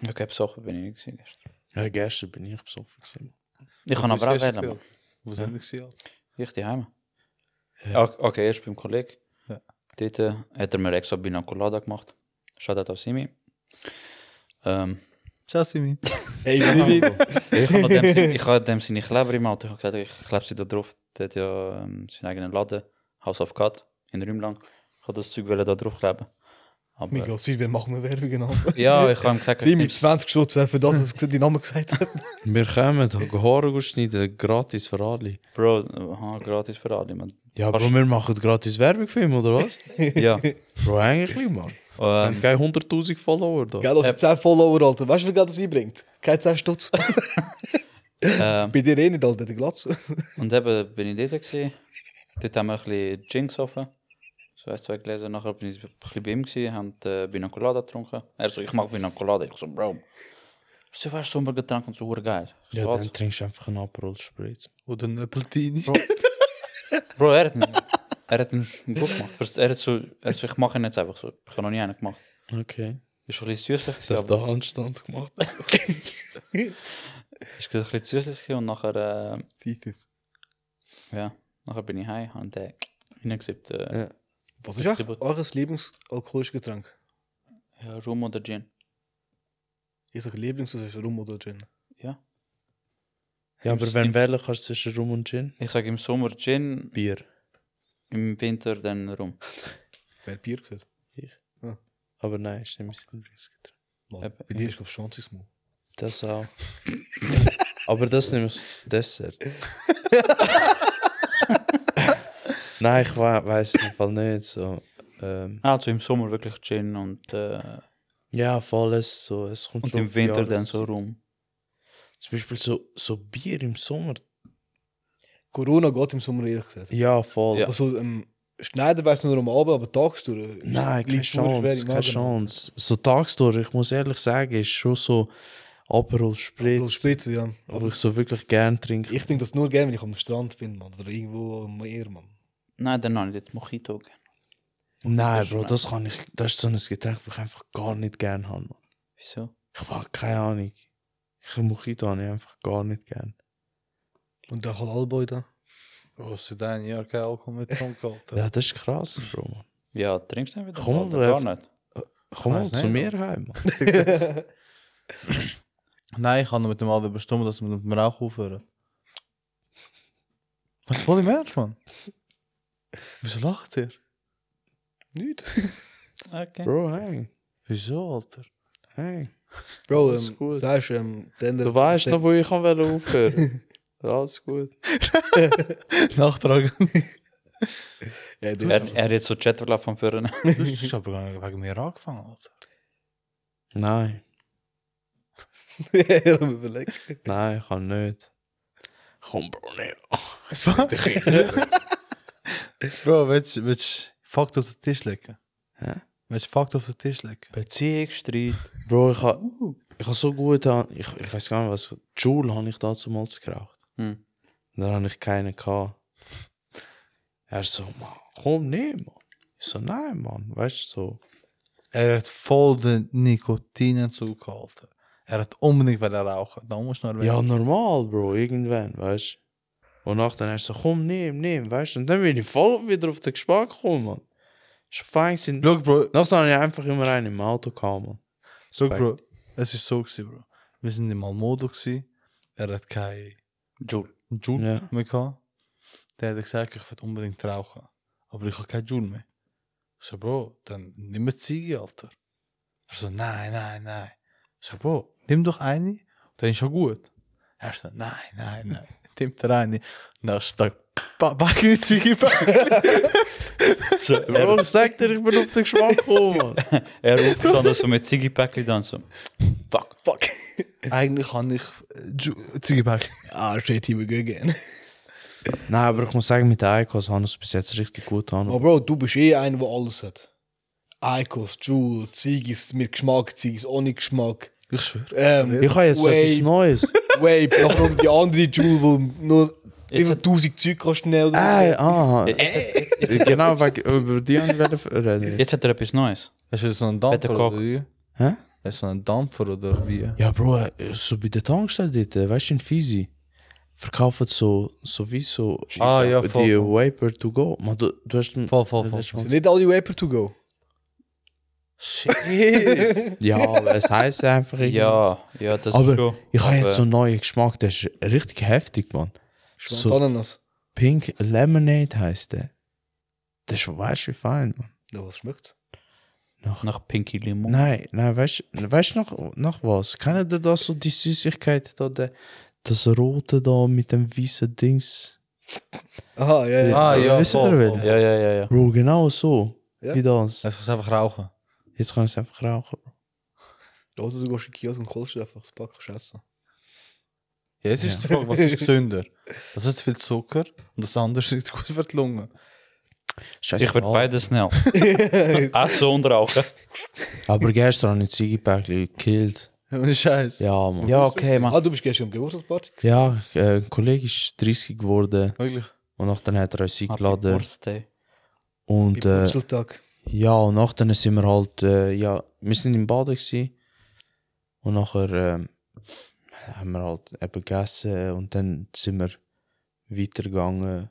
S2: Okay, besoffen bin ich nicht gewesen gestern.
S3: Ja, gestern bin ich besoffen. Gewesen.
S2: Ich kann aber auch wählen. Mann.
S4: Wo sind wir gewesen?
S2: Ich die Heime.
S3: Ja.
S2: Okay, okay, erst beim Kollegen.
S4: Ja.
S2: Dort äh, hat er mir extra Bina Colada gemacht. Shoutout auf Simi. Ähm,
S4: Ciao, Simi.
S1: Hey, Vivi.
S2: Ich habe dem, Sinn- ich habe dem seine Kleber im Auto. Ich habe gesagt, ich klebe sie da drauf. Der hat ja ähm, seinen eigenen Laden, House of God, in Rümlang. Ich habe das Zeug wollen da drauf kleben. Aber,
S1: Miguel, Silvia, machen wir Werbung genau.
S2: eh, ja, ich habe ihm gesagt,
S1: Sie
S2: ich
S1: mit
S2: nehm's-
S1: 20 Schutz für das, was die Namen gesagt hat.
S3: Wir kommen, Haare schneiden, gratis für alle.
S2: Bro, aha, gratis für alle. Man.
S3: Ja,
S2: Hast-
S3: Bro, wir machen gratis Werbung für ihn, oder was?
S2: Ja,
S3: Bro, eigentlich nicht, Mann. Wir haben
S2: ähm,
S3: keine 100.000 Follower da.
S1: Gell, als 10 Follower, Alter. Weißt du, wie viel Geld das einbringt? Kein 10 Stutz.
S2: ähm,
S1: Bei dir eh nicht, Alter, der Glatze.
S2: und eben bin ich dort. Gewesen. Dort haben wir ein bisschen Gin gesoffen. So ein, zwei Gläser. Nachher bin ich ein bisschen bei ihm, gewesen, haben äh, Bina Colada getrunken. Er so, ich mag Bina Colada. Ich so, Bro. So, weißt du, Sommergetränk und so, hure geil. Ich
S3: Ja,
S2: so,
S3: dann trinkst du einfach einen Aperol Spritz.
S4: Oder ein Appletini.
S2: Bro, er hat ihn, er hat ihn gut gemacht. Vers- Er hat so, er hat so, ich mache ihn jetzt einfach so. Ich habe noch nie einen gemacht.
S3: Okay.
S2: Ist ein bisschen süßlich
S3: Ich
S2: gewesen,
S3: habe
S2: aber
S3: da Handstand gemacht.
S2: ist ein bisschen süßlich gewesen und nachher, äh,
S1: Fifis.
S2: ja, nachher bin ich heim und der hineingesippt, äh,
S3: ja.
S1: Was ist eigentlich eures Lieblingsalkoholisches Getränk?
S2: ja, Rum oder Gin.
S1: Ich sage Lieblings, das ist Rum oder Gin.
S2: Ja.
S3: ja, aber
S2: Im-
S3: wenn
S2: im-
S3: wählen kannst du zwischen Rum und Gin?
S2: Ich sage im Sommer Gin,
S3: Bier.
S2: im Winter dann Rum.
S1: Wer Bier gesagt?
S3: Aber nein, ist nicht mein Lieblingsgetränk. Äh,
S1: Mann,
S2: Eben,
S1: bei dir ist, glaube ich, Schanzis Maul.
S3: Das auch. aber das nehme ich als Dessert. nein, ich we weiß es im Fall nicht. So. Ähm,
S2: Also im Sommer wirklich Gin und, äh,
S3: ja, voll es so. Es kommt
S2: und
S3: schon
S2: im
S3: auf die
S2: Winter dann so
S3: Jahreszeit.
S2: Rum.
S3: Zum Beispiel so, so Bier im Sommer.
S1: Corona geht im Sommer ehrlich gesagt.
S3: Ja, voll.
S2: Ja.
S1: Also ähm, schneiden weißt du nur am Abend, aber tagsdurch. ist-
S3: Nein, keine
S1: liegt schwer
S3: Chance,
S1: im
S3: keine
S1: Magen.
S3: Chance. So tagsdurch, ich muss ehrlich sagen, ist schon so Aperol
S1: Bloß
S3: Spritz,
S1: Spitze, ja.
S3: wo
S1: Aber
S3: ich so wirklich gern trinke.
S1: ich trinke das nur gerne, wenn ich am Strand bin, Mann. Oder irgendwo am Meer, Mann.
S2: Nein, dann habe ich dort Mojito gegeben.
S3: Nein,
S2: Das
S3: Bro,
S2: schmeckt.
S3: das kann ich, das ist so ein Getränk, das ich einfach gar nicht gern habe. Mann.
S2: Wieso?
S3: Ich war keine Ahnung. Ich Mojito habe ich einfach gar nicht gern.
S1: Und der Halalboy da.
S4: Bro, seit einem Jahr kein Alkohol mehr getrunken, Alter.
S3: Ja, das ist krass, Bro. Mann.
S2: Ja, trinkst du nicht wieder?
S3: Komm,
S2: Alter,
S3: Lev.
S2: gar nicht.
S3: Komm mal
S4: Weiss
S3: zu
S4: nicht,
S3: mir heim. Mann.
S4: Nein, ich habe mit dem anderen bestimmt, dass wir mit dem Rauch aufhören. Was wollt ihr Ernst, Mann? Wieso lacht ihr?
S1: Nicht.
S2: Okay.
S3: Bro, hey.
S4: Wieso, Alter?
S3: hey.
S1: Bro,
S3: Alles
S1: ähm,
S3: gut.
S1: sagst ähm, der
S3: Du weißt noch, wo ich kann aufhören Alles gut.
S4: Nachtragen.
S1: Ja, du
S2: Er, er hat jetzt so Chat verlaufen von vorne.
S4: Du hast aber gar nicht wegen mir angefangen, Alter.
S3: Nein,
S1: Ja, aber überleg.
S3: nein, ich kann nicht. Komm, Bro, nicht.
S4: Was war? Bro, willst du Fakt auf den Tisch legen?
S3: Hä?
S4: Willst du Fakt auf den Tisch legen?
S2: Beziehungsstreit.
S3: Bro, ich habe ich ha so gut, an- ich, ich weiß gar nicht was, Joule habe ich damals geraucht.
S2: Hm.
S3: Dann habe ich keinen gehabt. Er so, Mann, komm, nee, Mann. Ich so, nein, Mann, weißt du, so.
S4: Er hat voll den Nikotinentzug, Alter. Er hat unbedingt wollen rauchen. Da musst du noch
S3: Ja, normal, Bro, irgendwann, weißt du. Und nachher er so, komm, nimm, nimm, weißt du. Und dann bin ich voll wieder auf den Geschmack gekommen, Mann. Ist fein sind.
S4: Schau, Bro,
S3: Nachher habe ich einfach immer einen im Auto gehabt, Mann.
S4: Schau,
S3: Respekt.
S4: Bro, es ist so gewesen, Bro. Wir sind im Almodo gewesen. Er hat keine
S2: Jules.
S4: Joule
S3: Ja.
S4: mehr gehabt. Dann hat er gesagt, ich will unbedingt rauchen. Aber ich habe keine Joule mehr. Ich so, Bro, dann nimm eine Ziege, Alter. Er so, nein, nein, nein. Ich so, Bro, nimm doch eine, dann ist schon gut. Er so, nein, nein, nein. Nimmt er Nou, eine. Dann steht, pack eine Ziege back.
S3: So, Bro, ich sag dir, ich bin auf den Geschmack gekommen, Mann.
S2: Er aufgestanden so mit Ziggy-Päckchen dann so. Fuck.
S1: Fuck.
S4: Eigentlich habe ich äh, Ju- Ziege back.
S1: Ah, shit, hier wir gehen.
S3: Nein, aber ich muss sagen, mit den Icons haben wir es bis jetzt richtig gut
S1: Aber
S3: an.
S1: Bro, du bist eh einer, der alles hat. Eikos, Jewel, Ziggis mit Geschmack, Ziggis ohne Geschmack.
S4: Ich schwöre.
S1: Ähm,
S3: Ich habe jetzt so
S1: Way-
S3: etwas Neues.
S1: Vape, nachher noch die andere Jewel, wo nur wie viel tausend Zeug kannst du nehmen oder
S3: Ey, ah,
S2: Jetzt,
S3: genau, wegen über die und reden.
S2: jetzt hat er etwas Neues.
S4: Hast du so einen
S2: Better
S4: Dampfer
S2: cock.
S4: oder wie?
S3: Hä?
S4: Hast du so einen Dampfer oder wie?
S3: Ja, Bro, äh, so bei der Tankstelle dort, äh, weißt du, in Fisi, verkaufen so, so wie so äh,
S4: Ah, ja, voll,
S3: die
S4: voll.
S3: Wiper to go. Man, du, du hast den-
S4: Voll, voll,
S3: den
S4: voll,
S3: letzten
S1: Sind
S3: Mal-
S1: nicht alle Vapor to go?
S3: Ja, aber es heisst einfach irgendwie.
S2: Ja, ja, das ist
S3: aber
S2: schon. Äh.
S3: ich habe
S2: aber-
S3: jetzt so einen neuen Geschmack, der ist richtig heftig, Mann.
S1: Schwanz
S3: So.
S1: Ananas.
S3: Pink Lemonade heisst der. Das ist weißt du, wie fein, Mann.
S1: Na, was schmeckt's?
S3: Nach,
S2: Nach Pinky Limon.
S3: nein, nein, weißt du weißt, du noch, noch was? Kennt ihr das so, die Süßigkeit da, der, das Rote da mit dem weißen Dings?
S1: Aha, ja, ja.
S4: Ah, ja,
S3: Wisst ihr,
S4: voll,
S3: wer
S4: voll.
S2: Ja, ja, ja, ja.
S3: Bro, genau so.
S1: Ja.
S3: Wie das.
S4: Jetzt kannst du einfach rauchen.
S3: Jetzt kann ich es einfach rauchen.
S1: Oder du gehst in den Kiosk und kaufst dir einfach das Pack Scheiße.
S4: Ja, jetzt ist die Frage, was ist gesünder? Das hat zu viel Zucker und das andere ist nicht gut für die Lunge.
S3: Scheiße.
S2: Ich werde beides schnell. Essen und rauchen.
S3: Aber gestern habe ich Ziegepäckchen gekillt.
S4: Ohne Scheiß.
S3: Ja, Mann. Ja,
S2: Ja, okay, Mann.
S1: Ah, du bist gestern am Geburtstagsparty?
S3: äh, ein Kollege ist 30 geworden
S4: Wirklich.
S3: und nachdem hat er uns eingeladen.
S2: Birthday.
S3: Und
S1: Beim
S3: äh,
S1: Wurzeltag.
S3: ja, und nachdem sind wir halt, äh, ja, wir sind im Baden gewesen. Und nachher ähm, haben wir halt eben gegessen und dann sind wir weitergegangen.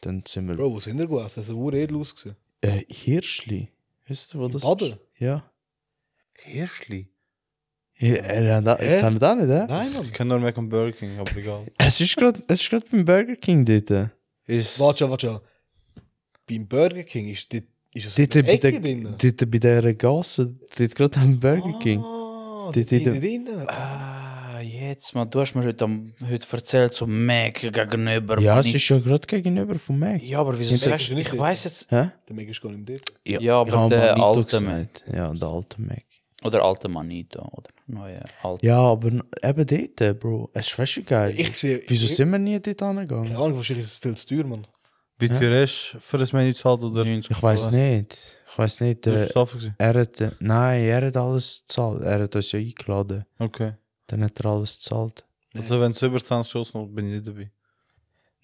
S3: Dann sind wir.
S1: Bro, wo sind wir gegessen? Es war ur edel ausgesehen.
S3: Äh, Hirschli. Wisst ihr, wo
S1: Im
S3: das
S1: Baden?
S3: ist? Ja.
S4: Hirschli?
S3: Ja, äh, er hat da,
S1: Hä?
S3: kann er da nicht, hä?
S1: Nein, Mann.
S4: Ich kann nur mehr am Burger King, aber egal.
S3: Es ist gerade, es ist gerade beim Burger King dort.
S4: Ist
S1: Warte schon, warte schon. Beim Burger King ist, dit, ist es
S3: Dort
S1: eine
S3: bei,
S1: Ecke
S3: der,
S1: drin.
S3: dort bei dieser Gasse, dort gerade am Burger King.
S1: Ah,
S3: Die-
S1: die,
S3: die-
S1: drin.
S2: Ah, jetzt, Mann. Du hast mir heute, am- heute erzählt, so Mac gegenüber.
S3: Ja,
S2: Mann.
S3: es ist ja gerade gegenüber von Mac.
S2: ja aber wieso
S1: Mac
S2: sagst
S1: ist
S2: du
S1: nicht
S2: Ich
S1: dort.
S2: weiß jetzt.
S3: Hä?
S1: Der Mega ist gar nicht mehr dort.
S2: Ja, aber der alte Mac.
S3: Mac. Ja, der alte Mac.
S2: Oder alter Manito. Oder neue alte.
S3: Ja, aber eben dort, äh, Bro. Es ist weißt du geil.
S1: Ich sehe.
S3: Wieso
S1: ich-
S3: sind wir nie dort angegangen?
S1: Keine Ahnung, wahrscheinlich ist es viel zu teuer, Mann.
S4: Wie teuer ist für ein Menü zahlt oder?
S2: 90
S3: Ich weiß
S2: Dollar.
S3: nicht. Ich weiß nicht.
S4: Das
S3: Äh,
S4: ist offen gewesen.
S3: er hat, äh, nein, er hat alles gezahlt. Er hat uns ja eingeladen.
S4: Okay.
S3: Dann hat er alles gezahlt.
S4: Also wenn es über 20 Schuss macht, bin ich nicht dabei.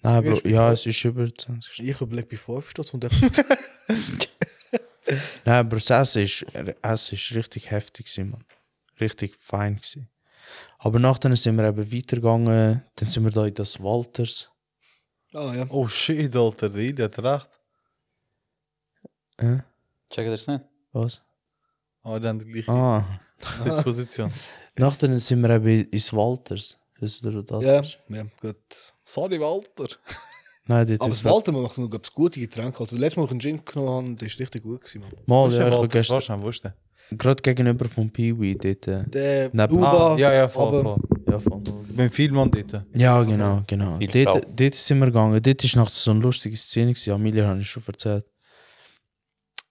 S3: Nein,
S1: Wie
S3: Bro,
S1: ist die
S3: ja,
S1: Frage?
S3: es ist über 20
S1: Ich überlege bei 5 Stutz und dann.
S3: Nein, aber das Essen ist, Essen ist richtig heftig, gewesen, Mann. Richtig fein. Gewesen. Aber nachher sind wir eben weitergegangen. Dann sind wir da in das Walters.
S1: ah ja.
S4: Oh shit, Alter, die Idi hat recht.
S3: Äh?
S2: Checkt ihr es nicht?
S3: Was?
S4: Ah, die haben die gleiche
S3: Ah.
S4: Sitzposition.
S3: Nachher sind wir eben ins Walters. Wisst ihr, wo das
S1: Ja,
S3: ist?
S1: ja, gut.
S4: Sorry, Walter.
S3: Nein, dort
S1: Aber
S3: ist
S1: das Ah, Walter macht noch glaub ich, gute Getränke. Also, letztes Mal, als ich einen Gin genommen habe, der war richtig gut. Gewesen, Mann.
S3: Mal,
S4: Wo ist
S3: ja,
S4: der
S3: ich habe
S4: Walter?
S3: gestern,
S4: Weißt du, wo ist der?
S3: gerade gegenüber vom Peewee dort. äh,
S1: Der
S3: Neben-
S1: Uba.
S4: Ah, ja, ja, voll,
S1: aber-
S4: voll.
S3: Ja, voll.
S4: Ich bin viel Mann dort.
S3: Ja, genau, genau.
S2: Viel
S3: Dort,
S2: Grau.
S3: dort sind wir gegangen. Dort ist noch so eine lustige Szene. gewesen. Amelia habe ich schon erzählt.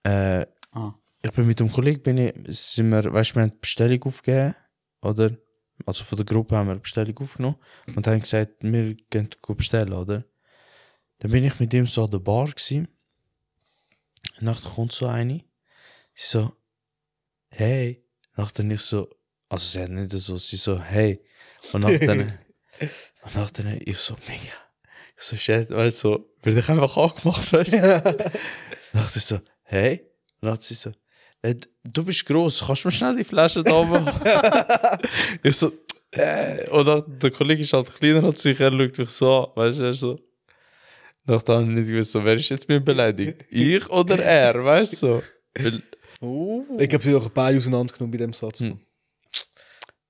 S3: Äh,
S2: Ah.
S3: Ich bin mit dem Kollegen, bin ich, sind wir, weißt, wir haben die Bestellung aufgegeben, oder? Also von der Gruppe haben wir die Bestellung aufgenommen und haben gesagt, wir gehen gut bestellen, oder? Dann bin ich mit ihm so an der Bar gsi. Nachher kommt so eine. Sie so, hey. Nachher ich so, also sie hat nicht so, sie so, hey. Und nachher, und nachher ich so, mega. Ich so, shit, weißt du, so, wird ich einfach angemacht, weißt du? nachher so, hey. Und dann hat sie so, äh, du bist groß, kannst du mir schnell die Flasche da machen? ich so, äh, und dann, der Kollege ist halt kleiner, hat sich, er schaut mich so an, weißt du, er ist so. Nach dann habe ich nicht gewusst, so, wer ist jetzt mir beleidigt? Ich oder er, weißt du? So. Weil,
S1: Ich glaube, sie haben auch beide auseinandergenommen bei dem Satz.
S3: Hm.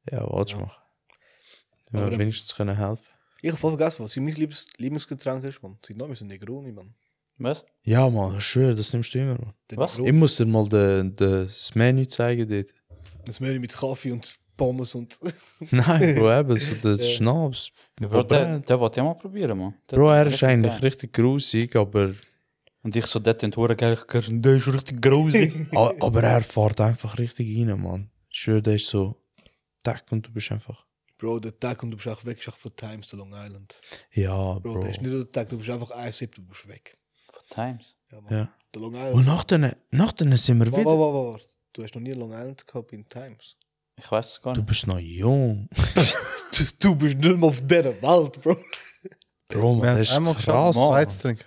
S3: ja, was ja. machen? Ja,
S1: Aber-
S3: wenigstens können helfen.
S1: Ich habe voll vergessen, was mein Liebes Lieblingsgetränk ist, Mann. Sein Name ist ein Negroni, Mann.
S2: Was?
S3: Ja, Mann, ich schwöre, das nimmst du immer. Mann.
S1: Der
S2: Was?
S1: Negroni.
S3: Ich muss dir mal de, de, das Menü zeigen dort.
S1: Das Menü mit Kaffee und Pommes und.
S3: Nein, Bro, eben, so der
S1: Ja.
S3: Schnaps.
S2: Bro, den,
S3: verbrannt.
S2: den wollte ich mal probieren, Mann. Der-
S3: Bro, er ist
S2: richtig
S3: eigentlich
S2: geil.
S3: richtig grusig, aber
S2: Und ich so, der tönt hure geil. Ich höre, der ist richtig grausig.
S3: A- Aber er fährt einfach richtig rein, Mann. Schön, der ist so. Tack und du bist einfach.
S1: Bro, der Tag und du bist auch weg, ist auch von Times zu Long Island.
S3: Ja,
S1: Bro,
S3: Bro.
S1: der ist nicht nur der Tag, du bist einfach ein Sip, du bist weg.
S2: Von Times.
S1: Ja, Mann.
S3: ja. Oh,
S1: Der
S3: nou,
S1: Long
S3: Und
S1: Island.
S3: nachdem, nachdem sind wir
S1: Warte, warte,
S3: wieder.
S1: warte, warte. Du hast noch nie Long Island gehabt in Times.
S2: Ich weiß es gar
S3: Du
S2: nicht.
S3: bist noch jung.
S1: Du, du bist nicht mehr auf dieser Welt, Bro.
S3: Bro,
S4: Wir
S3: Mann,
S4: haben
S3: das
S4: es
S3: ist
S4: einmal geschafft,
S3: krass.
S4: mal
S3: Mann.
S4: Zeit zu trinken.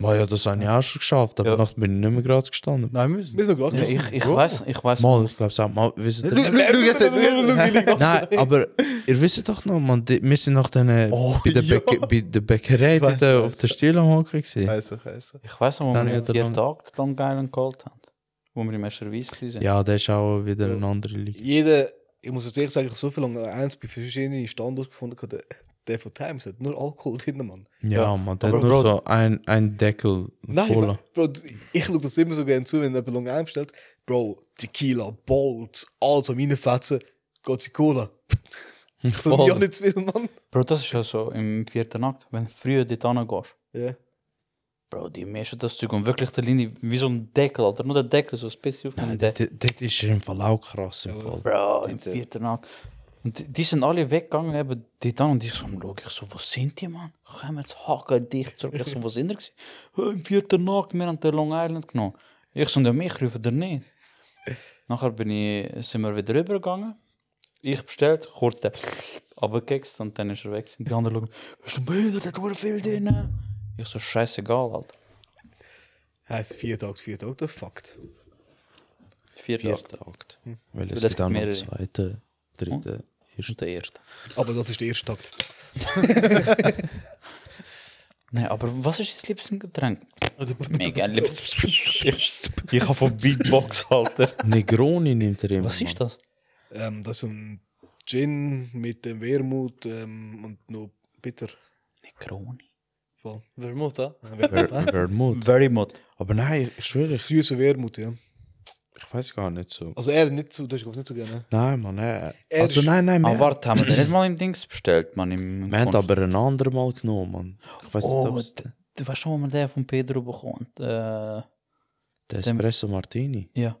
S3: Mann, ja, das habe ich auch schon geschafft, aber
S2: Ja.
S3: nachdem bin ich nicht mehr gerade gestanden.
S4: Nein, wir müssen.
S1: Wir sind noch
S2: Ja,
S1: gerade.
S2: ich ich weiß ich weiß
S3: Mal, ich glaube es auch. Mal, wisst
S4: Schau, schau,
S3: ihr,
S4: schau jetzt, schau, schau, schau.
S3: nein, aber ihr wisst doch noch, man, die, wir sind nach den,
S4: Oh,
S3: bei, der
S4: ja.
S3: Bäck- bei der Bäckerei
S4: weiß,
S3: dort,
S4: weiß.
S3: auf der Stiel am Hocken gewesen.
S4: Scheiße, scheiße.
S2: Ich weiß noch, wo
S3: Dann
S2: wir
S3: hat er
S2: vier
S3: dann-
S2: Tage Long Island geholt haben. Wo wir im ersten Weiss waren.
S3: Ja, der ist auch wieder eine andere Liga.
S1: Jeder, ich muss jetzt ehrlich sagen, ich habe so viel Long Island bei verschiedenen Standorten gefunden, gehabt, der, der von Times hat nur Alkohol drin, Mann.
S3: Ja,
S2: Ja,
S3: Mann, der hat
S2: aber
S3: nur
S2: Bro-
S3: so ein, ein Deckel
S1: Nein,
S3: Cola.
S1: Bro, Bro, du- ich schaue das immer so gerne zu, wenn jemand lang einstellt. Bro, Tequila, Bolt, also alles am reinfetzen, geht sie Cola. Das ist
S3: Voll.
S1: ja nicht zu viel, Mann.
S2: Bro, das ist ja so im vierten Akt. Wenn du früh dort hingehst.
S1: Ja.
S2: Bro, die mischen das Zeug und wirklich der Linie wie so ein Deckel, Alter. Nur der Deckel, so ein bisschen
S4: Ah,
S2: auf
S3: Nein,
S2: den
S3: das,
S2: Deckel.
S3: das das ist im Fall auch krass. Im Fall.
S2: Bro, im vierten Akt. Und die, die sind alle weggegangen, eben dort an und ich so, schau, ich so, wo sind die, Mann? Komm jetzt, haken dicht zurück. Ich so, wo sind die? gewesen? «Hä, Im vierten Akt, wir haben den Long Island genommen. Ich so, ja, mich rufen der nicht. Nachher bin ich, sind wir wieder rübergegangen. Ich bestellt, kurz der runtergekickst und dann ist er weg. Und die anderen schauen, bist du müde, da hat viel drin. Ich so, scheißegal, Alter.
S1: Heißt vier Tage, vier Tage, der Fakt.
S2: Vierter Akt.
S3: Vierter Akt.
S4: Hm.
S3: Weil es
S2: das
S3: gibt auch
S4: eh,
S3: noch
S2: mehrere.
S3: einen zweiten, dritten, ersten.
S2: Ist der erste.
S1: Aber das ist der erste Takt.
S2: Nein, aber was ist dein liebstes Getränk? Mega liebstes. Ich, ich habe von Beatbox, Alter.
S3: Negroni nimmt er immer.
S2: Was ist das?
S1: Ähm, das ist ein Gin mit dem Wermut ähm, und noch bitter.
S2: Negroni.
S1: Voll. Äh,
S4: Vermut, ja?
S3: Ver Vermut.
S2: Very mod.
S3: Aber nein, ich schwöre, ich,
S1: Süße Wermut, ja.
S3: ich weiß gar nicht so.
S1: Also er nicht so, das ist glaub ich nicht so gerne.
S3: Nein, Mann, er,
S1: Er
S3: also
S1: ist-
S3: nein,
S4: Ah,
S3: nein,
S2: Aber
S3: wir,
S2: Ah, warte, haben wir den nicht mal im Dings bestellt, Mann? Im
S3: wir haben aber ein anderes Mal genommen, Mann. Ich weiß nicht,
S2: Oh,
S3: ob es der
S2: Du weißt schon, wo man den von Pedro bekommt. Äh,
S3: Espresso Martini.
S2: ja.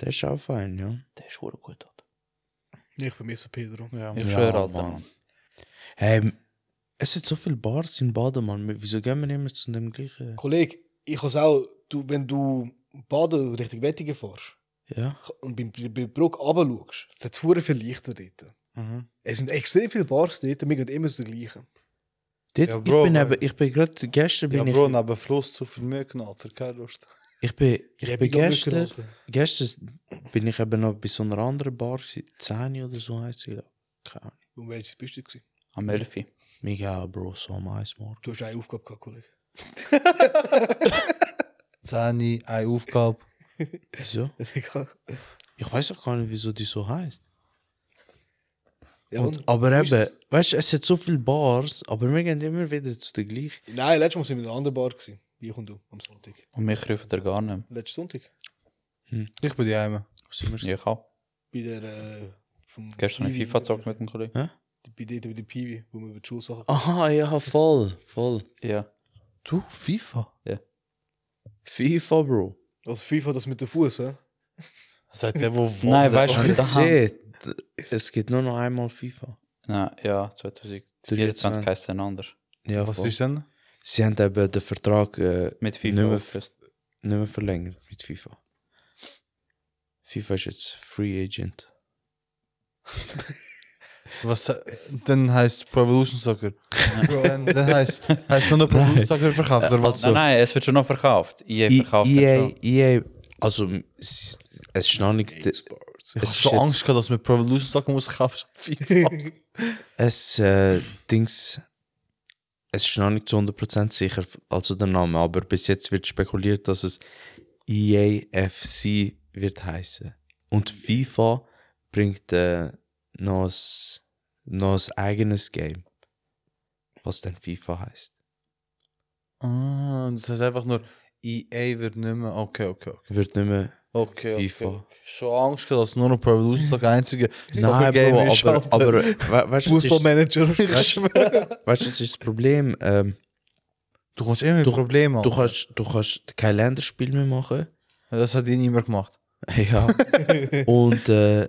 S3: Der ist auch fein, ja.
S2: Der ist verdammt gut, Alter.
S1: Ich vermisse Pedro.
S4: Ja.
S2: Ich
S3: Ja,
S2: schwöre, Alter.
S3: Mann.
S2: Mann.
S3: Hey, es sind so viele Bars in Baden, Mann. Wieso gehen wir immer zu dem gleichen?
S1: Kollege, ich has auch, du, wenn du Baden Richtung Wettigen fährst
S3: Ja.
S1: und bei, bei bei Brücke runter schaust, es hat verdammt viel Lichter dort.
S4: Mhm.
S1: Es sind extrem viele Bars dort, wir gehen immer zu den gleichen.
S3: Dort,
S4: Ja, Bro,
S3: ich bin
S4: weil-
S3: eben, ich bin gerade gestern
S4: Ja,
S3: bin
S4: Bro,
S3: ich,
S4: neben Fluss zu Vermögen, Alter, keine Lust.
S3: ich bin, ich
S1: hab
S3: bin
S1: noch nicht
S3: gestern,
S1: geraten.
S3: gestern bin ich eben noch bei so einer anderen Bar, gewesen. Zähne oder so heisst sie. glaub ich. Keine Ahnung.
S1: Und welches bist du? Gewesen?
S2: Am 11.
S3: Mega, Bro, so am Eismorgen.
S1: Du hast eine Aufgabe gehabt, Kollege.
S4: 10, eine Aufgabe.
S3: Wieso? Ich weiß auch gar nicht, wieso die so heißt.
S1: ja,
S3: Und,
S1: und?
S3: aber
S1: ist
S3: eben, weißt du, es sind so viele Bars, aber wir gehen immer wieder zu der gleichen.
S1: Nein, letztes Mal sind wir in einer anderen Bar. Gewesen. Ich und du, am Sonntag.
S2: Und mich rufen der gar nicht.
S1: Letzten Sonntag.
S4: Ich bin die Heime.
S3: Wo sind wir?
S2: mehr. Ich auch.
S1: Bei der, äh, vom
S2: Gestern habe
S1: Piwi,
S2: ich FIFA gezockt mit dem Kollegen.
S1: Bei dort, bei der Piwi, wo wir über die Schulsachen...
S3: Aha, ja, voll, voll.
S2: Ja.
S4: Du, FIFA?
S3: FIFA, Bro.
S1: Also FIFA, das mit dem Fuß, hä?
S4: Seid ihr wo
S2: Nein, weißt du,
S3: Ich
S2: mit der Hand.
S3: sehe, es gibt nur noch einmal FIFA.
S2: Nein, ja, 2024 heisst es dann anders.
S3: Ja,
S4: Was
S3: voll.
S4: ist denn?
S3: Sie haben eben den Vertrag äh,
S2: Mit
S3: nicht,
S2: FIFA.
S3: mehr,
S2: aufgelöst.
S3: nicht mehr verlängert mit FIFA. FIFA ist jetzt Free Agent.
S4: Was, äh, dann heißt Pro Evolution Soccer. dann dann heißt heißt nur noch Pro Evolution Soccer verkauft, oder was?
S3: Also-
S2: Nein, nein, es wird schon noch verkauft. EA
S3: I- E
S2: verkauft
S3: EA,
S2: das schon.
S3: EA, also es es ist noch nicht,
S4: Ich habe
S3: Es
S4: schon
S3: ist
S4: Angst gehabt, dass man Pro Evolution Soccer muss kaufen.
S3: es äh, Dings, es ist noch nicht zu 100% sicher, also der Name, aber bis jetzt wird spekuliert, dass es E EAFC wird heißen. Und FIFA bringt äh, noch, ein, noch ein eigenes Game, was dann FIFA heißt.
S4: Ah, das heißt einfach nur EA wird nicht mehr. Okay, okay, okay.
S3: Wird nicht mehr
S4: Okay, okay.
S3: FIFA.
S4: okay. Schon Angst gehabt, dass nur noch Pro Evolution Soccer einzige Soccer
S3: Nein,
S4: Game
S3: Bro,
S4: ist.
S3: aber,
S4: Alter.
S3: aber we weißt du, was ist,
S1: Fußballmanager.
S3: weißt, du, was dus ist das Problem? Ähm,
S4: du kommst immer mit
S3: Du-
S4: Problemen.
S3: du,
S4: Alter.
S3: kannst, du kannst kein Länderspiel mehr machen.
S4: Das hat ihn immer gemacht.
S3: Ja. Und äh,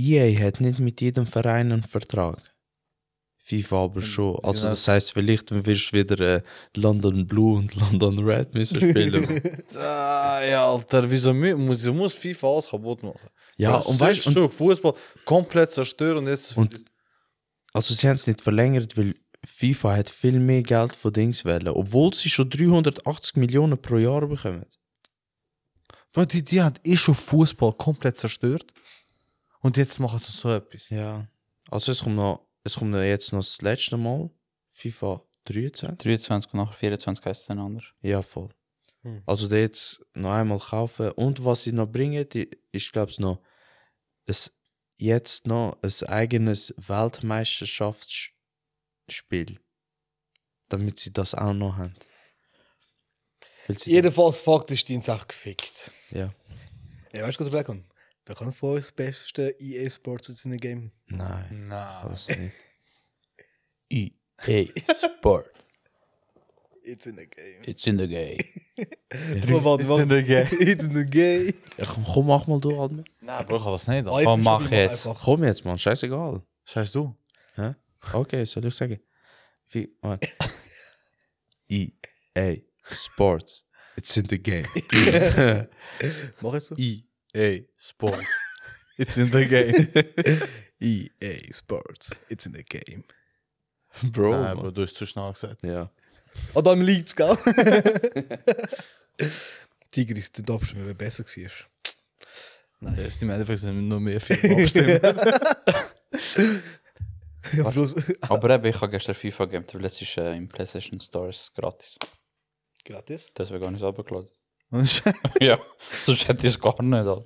S3: EA hat nicht mit jedem Verein einen Vertrag. FIFA aber schon. Also das dus heißt, vielleicht wirst du wieder äh, London Blue und London Red müssen spielen.
S4: Ah, ja, Alter, wieso mü- muss, wieso muss FIFA alles kaputt machen?
S3: ja,
S4: Das
S3: und weißt
S4: ist
S3: du,
S4: schon Fußball komplett zerstören und jetzt
S3: Und- also sie haben es nicht verlängert, weil FIFA hat viel mehr Geld von Dings wollen, obwohl sie schon 380 Millionen pro Jahr bekommen.
S4: Bro, die, die hat eh schon Fußball komplett zerstört. Und jetzt machen sie so etwas.
S3: Ja. Also es kommt noch, es kommt noch jetzt noch das letzte Mal FIFA 13.
S2: 23 und nachher 24 heisst es dann anders.
S3: Ja, voll.
S1: Hm.
S3: Also der jetzt noch einmal kaufen. Und was sie noch bringen, die- ist, glaube ich, noch es jetzt noch ein eigenes Weltmeisterschaftsspiel. Damit sie das auch noch haben. Weil sie
S1: Jedenfalls, Fakt ist, die haben es auch gefickt.
S3: ja.
S1: Ja, weißt du, was ich kann? Wer kann von uns das beste EA Sports jetzt in dem Game?
S3: Nein,
S4: Nein.
S3: das nicht.
S2: EA E Sport.
S1: It's in the game.
S2: It's in the game.
S1: Oh, warte, warte.
S4: the game.
S1: It's in the game.
S3: Ja, komm, komm, mach mal durch, Admin.
S4: Nein, Bro, ich kann das nicht.
S1: Ah,
S4: Alter.
S1: ich
S2: Komm,
S1: verstehe
S2: mach
S1: dich
S2: jetzt.
S1: einfach.
S3: Komm jetzt, Mann, scheißegal.
S4: Scheiß du.
S3: Okay, soll ich sagen? Wie, warte. EA E Sports. It's in the game.
S1: Mach jetzt so.
S4: EA Sports. It's in the game.
S1: EA E Sports. It's in the game.
S3: Bro.
S4: Nein,
S3: Mann.
S4: Bro, du hast zu schnell gesagt.
S3: Ja.
S1: Oh, da liegt's, gell? Tigris, du darfst mir, wer besser war.
S4: Nein. Das ist im Endeffekt sind nur mehr Filme abstimmen.
S1: Ja, bloß.
S2: Aber eben, ich habe gestern FIFA gegeben, weil es ist äh, im PlayStation Stores gratis.
S1: Gratis.
S2: Deswegen habe ich es runtergeladen.
S4: Und scheiße,
S2: ja, sonst hätte ich es gar nicht. Alter.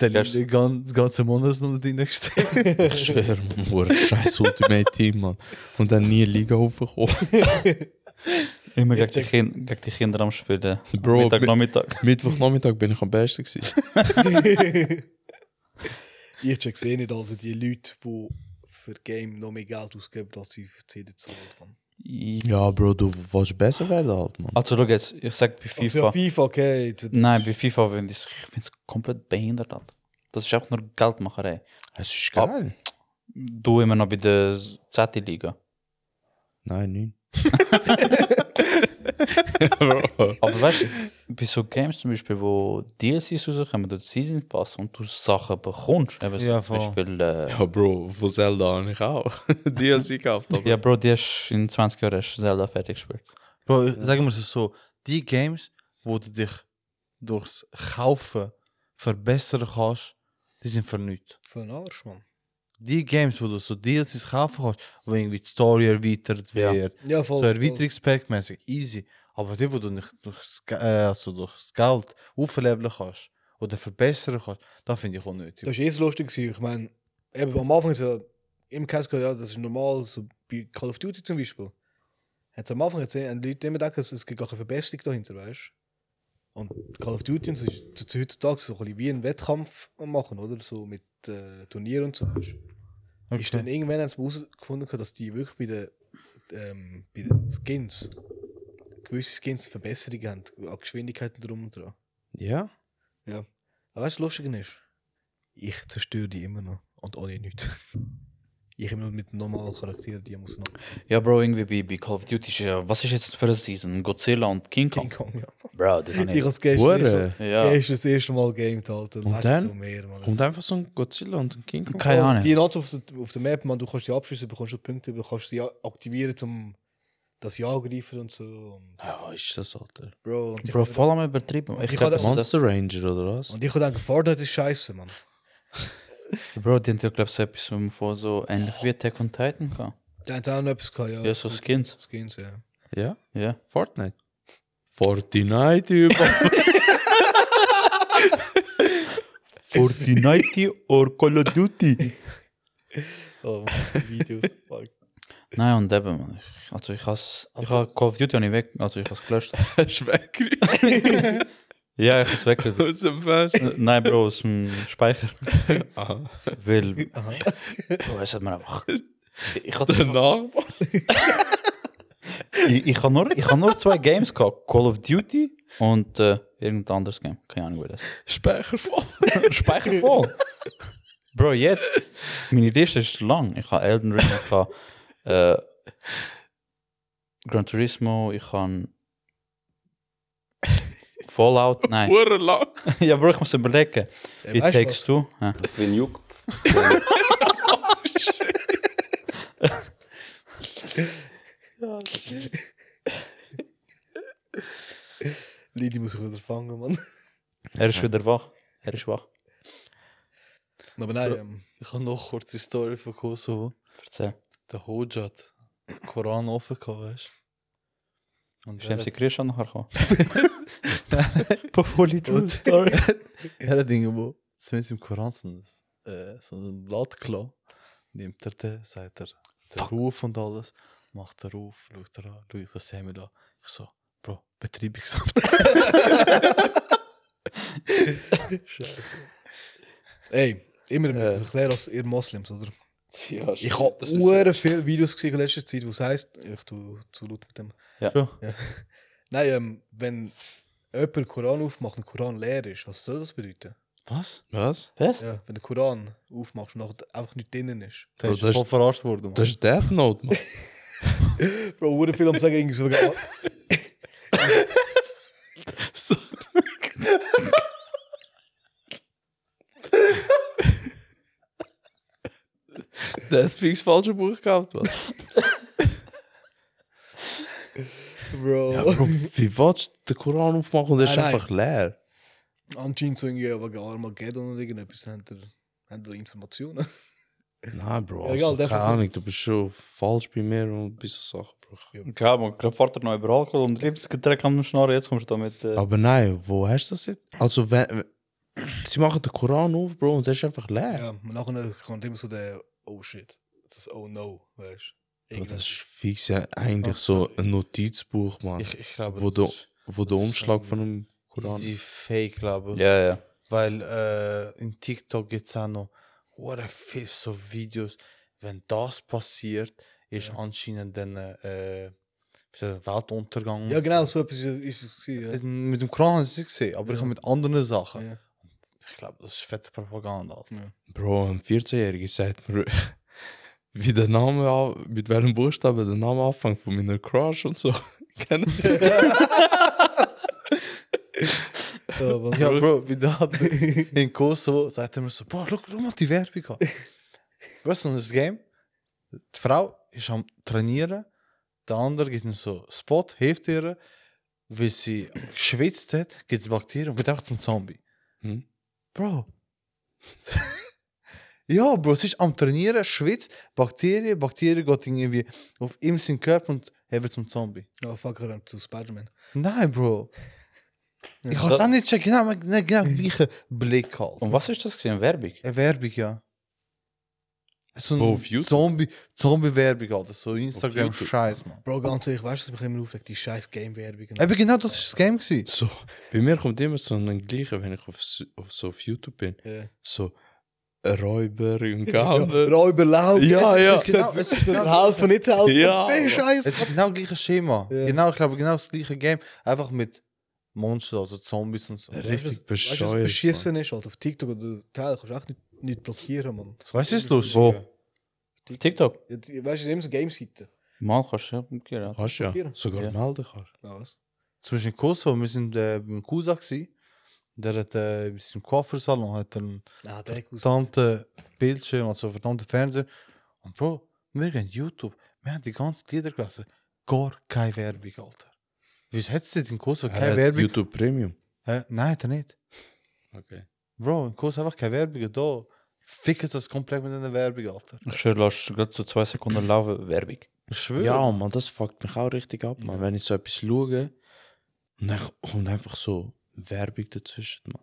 S4: der liegt den ganzen, ganzen Monat ist noch drin gesteckt.
S3: Ich schwöre, Mann, scheiß Ultimate Team, Mann. Und dann nie in die Liga hochgekommen.
S2: Immer
S1: Ich
S2: gegen die,
S1: check-
S2: Kin- gegen die Kinder am Spielen.
S3: Bro,
S2: Mittag,
S3: mi-
S2: Nachmittag.
S3: Mittwochnachmittag bin ich am besten gewesen.
S1: ich check's eh nicht, also die Leute, die für Game noch mehr Geld ausgeben, als sie für CD zahlen. Mann.
S2: Ich-
S3: Ja, Bro, du willst besser werden halt, man.
S2: Also schau jetzt, ich sag bei
S1: Also ja,
S2: FIFA.
S1: FIFA, okay. Du-
S2: Nein, bei FIFA finde ich es komplett behindert. Alter. Das ist einfach nur Geldmacherei.
S3: Es ist geil.
S2: Du immer noch bei der Z-Liga.
S3: Nein, nein.
S2: Aber weißt du, bei so Games zum Beispiel, wo DLCs rauskommen, oder Season Pass und du Sachen bekommst. Eben
S4: Ja,
S2: zum
S4: voll.
S2: Beispiel, äh,
S3: Ja, Bro, von Zelda habe ich auch DLC gekauft. aber-
S2: ja, Bro, die hast in 20 Jahren hast du Zelda fertig gespielt.
S4: Bro, sagen wir es so: Die Games, wo du dich durchs Kaufen verbessern kannst, die sind für nichts.
S1: Für den Arsch, Mann.
S4: Die Games, wo du so DLCs kaufen kannst, wo irgendwie die Story erweitert
S2: Ja.
S4: wird,
S1: Ja, voll.
S4: so erweiterungspackmäßig, easy. Aber die, wo du nicht durchs, Ge- äh, also durchs Geld aufleveln kannst oder verbessern kannst, das finde ich unnötig.
S1: Das war eh so lustig. gewesen. Ich meine, eben am Anfang ist ja im Cast ja, das ist normal, so bei Call of Duty zum Beispiel. Hat am Anfang jetzt haben die Leute immer gedacht, es es gibt gar keine Verbesserung dahinter, weißt du? Und Call of Duty und so ist zu- zu heutzutage so ein bisschen wie ein Wettkampf am machen, oder? So mit äh, Turnieren und so. Weißt? du?
S4: Okay.
S1: Ist dann irgendwann haben sie mal herausgefunden, dass die wirklich bei den, ähm, bei den Skins gewisse Skins Verbesserungen haben, an Geschwindigkeiten drum und dran.
S3: Ja?
S1: Aber weißt du, lustig ist, ich zerstöre die immer noch und alle nicht. Ich immer nur mit normalen Charakteren, die muss noch.
S2: Ja, Bro, irgendwie bei, bei Call of Duty ist ja, was ist jetzt für eine Season? Godzilla und King Kong?
S1: King Kong, ja.
S2: Bro, das kann
S1: Ich
S2: ich.
S1: als gestern
S3: Hure.
S2: Ja.
S1: ist das erste Mal gamed halt.
S3: Und dann?
S1: Mehr, Mann.
S3: Kommt einfach so ein Godzilla und ein King Kong.
S2: Keine Ahnung.
S1: Die Nats auf, der- auf der Map, man, du kannst die Abschüsse, bekommst du Punkte, du kannst sie aktivieren, um das Ja angreifen und so. Und,
S3: Ja, was ist das, Alter?
S1: Bro, und ich
S2: Bro,
S1: hab-
S2: voll am übertrieben. Ich
S1: Ich
S2: glaub,
S1: hab-
S2: das das-
S3: Monster Ranger oder was?
S1: und ich denke, Fortnite ist scheiße, Mann.
S2: Bro, die haben ja, glaub ich, so etwas um, vor so ähnlich wie Attack on Titan gehabt.
S1: Da hat auch noch etwas gehabt, ja.
S2: Ja, so Skins.
S1: Skins, ja.
S3: Ja?
S2: Ja.
S3: Fortnite. Fortnite über.
S2: Fortnite or Call of Duty?
S1: Oh, Mann, die Videos. fuck.
S2: Nein, und eben, man. Ich- Also ich has, ich habe Call of Duty nicht weg, also ich has gelöscht.
S3: Schwecker
S2: ja, ich has weggelöscht.
S3: aus dem Fenster.
S2: Nein, Bro, aus dem Speicher.
S3: Aha.
S2: Weil, Bro, es hat mir einfach... Ich hatte
S3: Der Nachbar.
S2: ich, ich habe nur, ich hab nur zwei Games gehabt. Call of Duty und äh, irgendein anderes Game. Keine Ahnung, wie das
S3: Speicher voll.
S2: ist. Speicher voll. Bro, jetzt. Meine Liste ist lang. Ich habe Elden Ring, ich habe äh, Gran Turismo, ich habe Fallout. Nein.
S3: Hure lang.
S2: ja, Bro, ich muss überlegen.
S1: Ja,
S2: Wie
S1: weißt du
S2: takes
S1: was?
S2: du? Ja.
S5: Ich bin juckt.
S1: Leute muss ich wieder fangen, Mann.
S2: Er ist wieder wach. Er ist wach.
S1: Aber nein, ähm,
S4: Ich habe noch kurz die Story von Kosovo.
S2: Erzähl.
S4: Der Hojat den Koran offen gehabt, weißt du? Und
S2: Ich nehme
S4: er,
S2: sie Christian nachher gekommen. Bevor
S1: Oh,
S2: die True Story.
S4: er hat irgendwo, zumindest im Koran, so ein, äh, so ein Blatt klar. Nimmt er den, sagt er, der Ruf und alles, macht er auf, schaut er an, schaut das Hemd an. Ich so, Bro, Betriebungsamt.
S1: Scheiße. Ey, immer mit erklären als ihr Moslems, oder?
S5: Ja,
S1: Ich habe
S5: das ist-
S1: sehr viele Videos gesehen in letzter Zeit, wo es heisst, ich tu zu laut mit dem.
S2: Ja.
S4: Schon.
S1: ja. Nein, ähm, wenn jemand den Koran aufmacht und der Koran leer ist, was soll das bedeuten?
S4: Was?
S3: Was?
S2: Was?
S1: Ja, wenn der Koran aufmachst und nachher einfach nicht drinnen ist.
S4: Der
S3: Bro,
S4: ist
S3: das
S4: voll
S3: ist-
S4: verarscht worden.
S3: Das ist Death Note, man.
S1: Bro, sehr viel am sagen, irgendwie so.
S3: Death Fix falsche Buch gekauft, was?
S1: Bro.
S3: Ja, Bro, wie willst du den Koran aufmachen und er ist
S1: Nein, nein.
S3: einfach leer?
S1: Anscheinend so irgendwie wegen Armageddon oder irgendetwas, haben da, haben da Informationen.
S3: Nein, Bro.
S1: Ja, egal,
S3: Also,
S1: Death
S3: keine
S1: Note.
S3: Ahnung, du bist schon falsch bei mir und bei so Sachen, Bro.
S2: Ja, man, gerade vorher noch über Alkohol und Lebensgetränk am Schnarren, jetzt kommst du damit.
S1: eh,
S2: Äh,
S3: Aber nein, wo hast du das jetzt? Also, wenn, sie machen den Koran auf, Bro, und der ist einfach leer.
S1: ja, und nachher kommt immer so der, oh shit, das ist oh no, weißt du.
S3: Bro, das
S1: Irgendwas.
S3: ist fix ja eigentlich so ein Notizbuch, Mann.
S4: ich, ich glaube,
S3: wo, der-
S4: das ist
S3: wo der
S4: das ist
S3: Umschlag
S4: so-
S3: von einem Koran.
S4: easy fake, glaube ich.
S2: ja, ja.
S4: Weil äh, in TikTok gibt es auch noch hure viel so Videos, wenn das passiert, ist anscheinend dann äh, äh, wie sagt man, Weltuntergang.
S1: Ja, genau, so etwas ist es. Gewesen, ja.
S4: Mit dem Kran habe ich es nicht gesehen, aber ich habe mit anderen Sachen.
S1: Ja.
S4: Ich glaube, das ist fette Propaganda. Alter.
S1: Ja.
S3: Bro, ein 14-Jähriger sagt mir, wie der Name, an- mit welchem Buchstaben der Name anfängt von meiner Crush und so. Kennen Sie?
S1: Ja, aber-
S4: Ja, Bro, wie da in Kosovo sagt er mir so: Boah, schau, schau mal die Werbung an. Weißt du, und das Game? Die Frau ist am Trainieren, der andere gibt ihm so einen Spot, hilft ihr, weil sie geschwitzt hat, gibt es Bakterien und wird auch zum Zombie.
S3: Hm?
S4: Bro. ja, Bro, sie ist am Trainieren, schwitzt, Bakterien, Bakterien geht irgendwie auf ihm seinen Körper und er wird zum Zombie.
S1: Ja, nou, fuck, er dann zu Spider-Man.
S4: Nein, Bro. Ich
S1: Ja.
S4: habe es auch nicht checken, genau, genau, genau gleichen Blick halt.
S2: Und was ist das gewesen? Werbung?
S4: Eine Werbung, ja. So
S3: Wo,
S4: ein
S3: auf YouTube?
S4: Zombie, Zombie-Werbung, Alter. So Instagram-Scheiß, man.
S1: Bro, ganz ehrlich, weißt du, was mich immer aufregt? Die scheiß Game-Werbungen.
S4: Eben genau das war das Game. Gewesen.
S3: So, bei mir kommt immer so ein Gleiche, wenn ich auf, S- auf, so auf YouTube bin.
S1: Ja.
S3: So, Räuber und
S1: Ja,
S3: Gauder.
S1: Räuberlaub.
S3: Ja, ja.
S1: Es ist genau, es ist genau- helfen, nicht helfen.
S3: Ja.
S1: Der Scheiß.
S4: Es ist genau das gleiche Schema.
S1: Ja.
S4: Genau, ich glaube, genau das gleiche Game. Einfach mit Monster, also Zombies und so.
S1: Weißt du,
S3: Richtig
S1: Weißt du, was
S3: bescheuert.
S1: beschissen ist? Halt, auf TikTok oder Teil kannst du auch nicht, nicht blockieren, man. dus-
S4: Weißt du, was ist
S3: nou
S4: lustig?
S2: Wo? TikTok?
S1: Weißt du, es ist immer so Gameseiten.
S2: Mal kannst du ja umgehen.
S3: Mann. Hast du ja.
S1: Blockieren.
S3: Sogar
S2: Ja.
S3: melden kannst.
S1: Ja, was?
S4: Zum Beispiel in Kosovo, wir sind äh, beim Cousin gewesen. Der hat äh, in seinem Coiffeursalon hat er einen
S1: Nein, der Cousin.
S4: verdammten Bildschirm, also einen verdammten Fernseher. Und Bro, wir gehen YouTube, wir haben die ganzen Lieder gelesen. Gar keine Werbung, Alter. Wieso hat es nicht in Kosovo
S3: Er
S4: keine
S3: hat
S4: Werbung?
S3: YouTube Premium.
S4: Hä? Nein, hat er nicht.
S3: Okay.
S4: Bro, in Kosovo einfach keine Werbung. Da ficken sie das komplett mit einer Werbung, Alter.
S2: Ich schwöre, lass gerade so zwei Sekunden laufen. Werbung.
S4: Ich schwöre.
S3: Ja, man, das fuckt mich auch richtig ab, man. Wenn ich so etwas schaue und dann kommt einfach so Werbung dazwischen, man.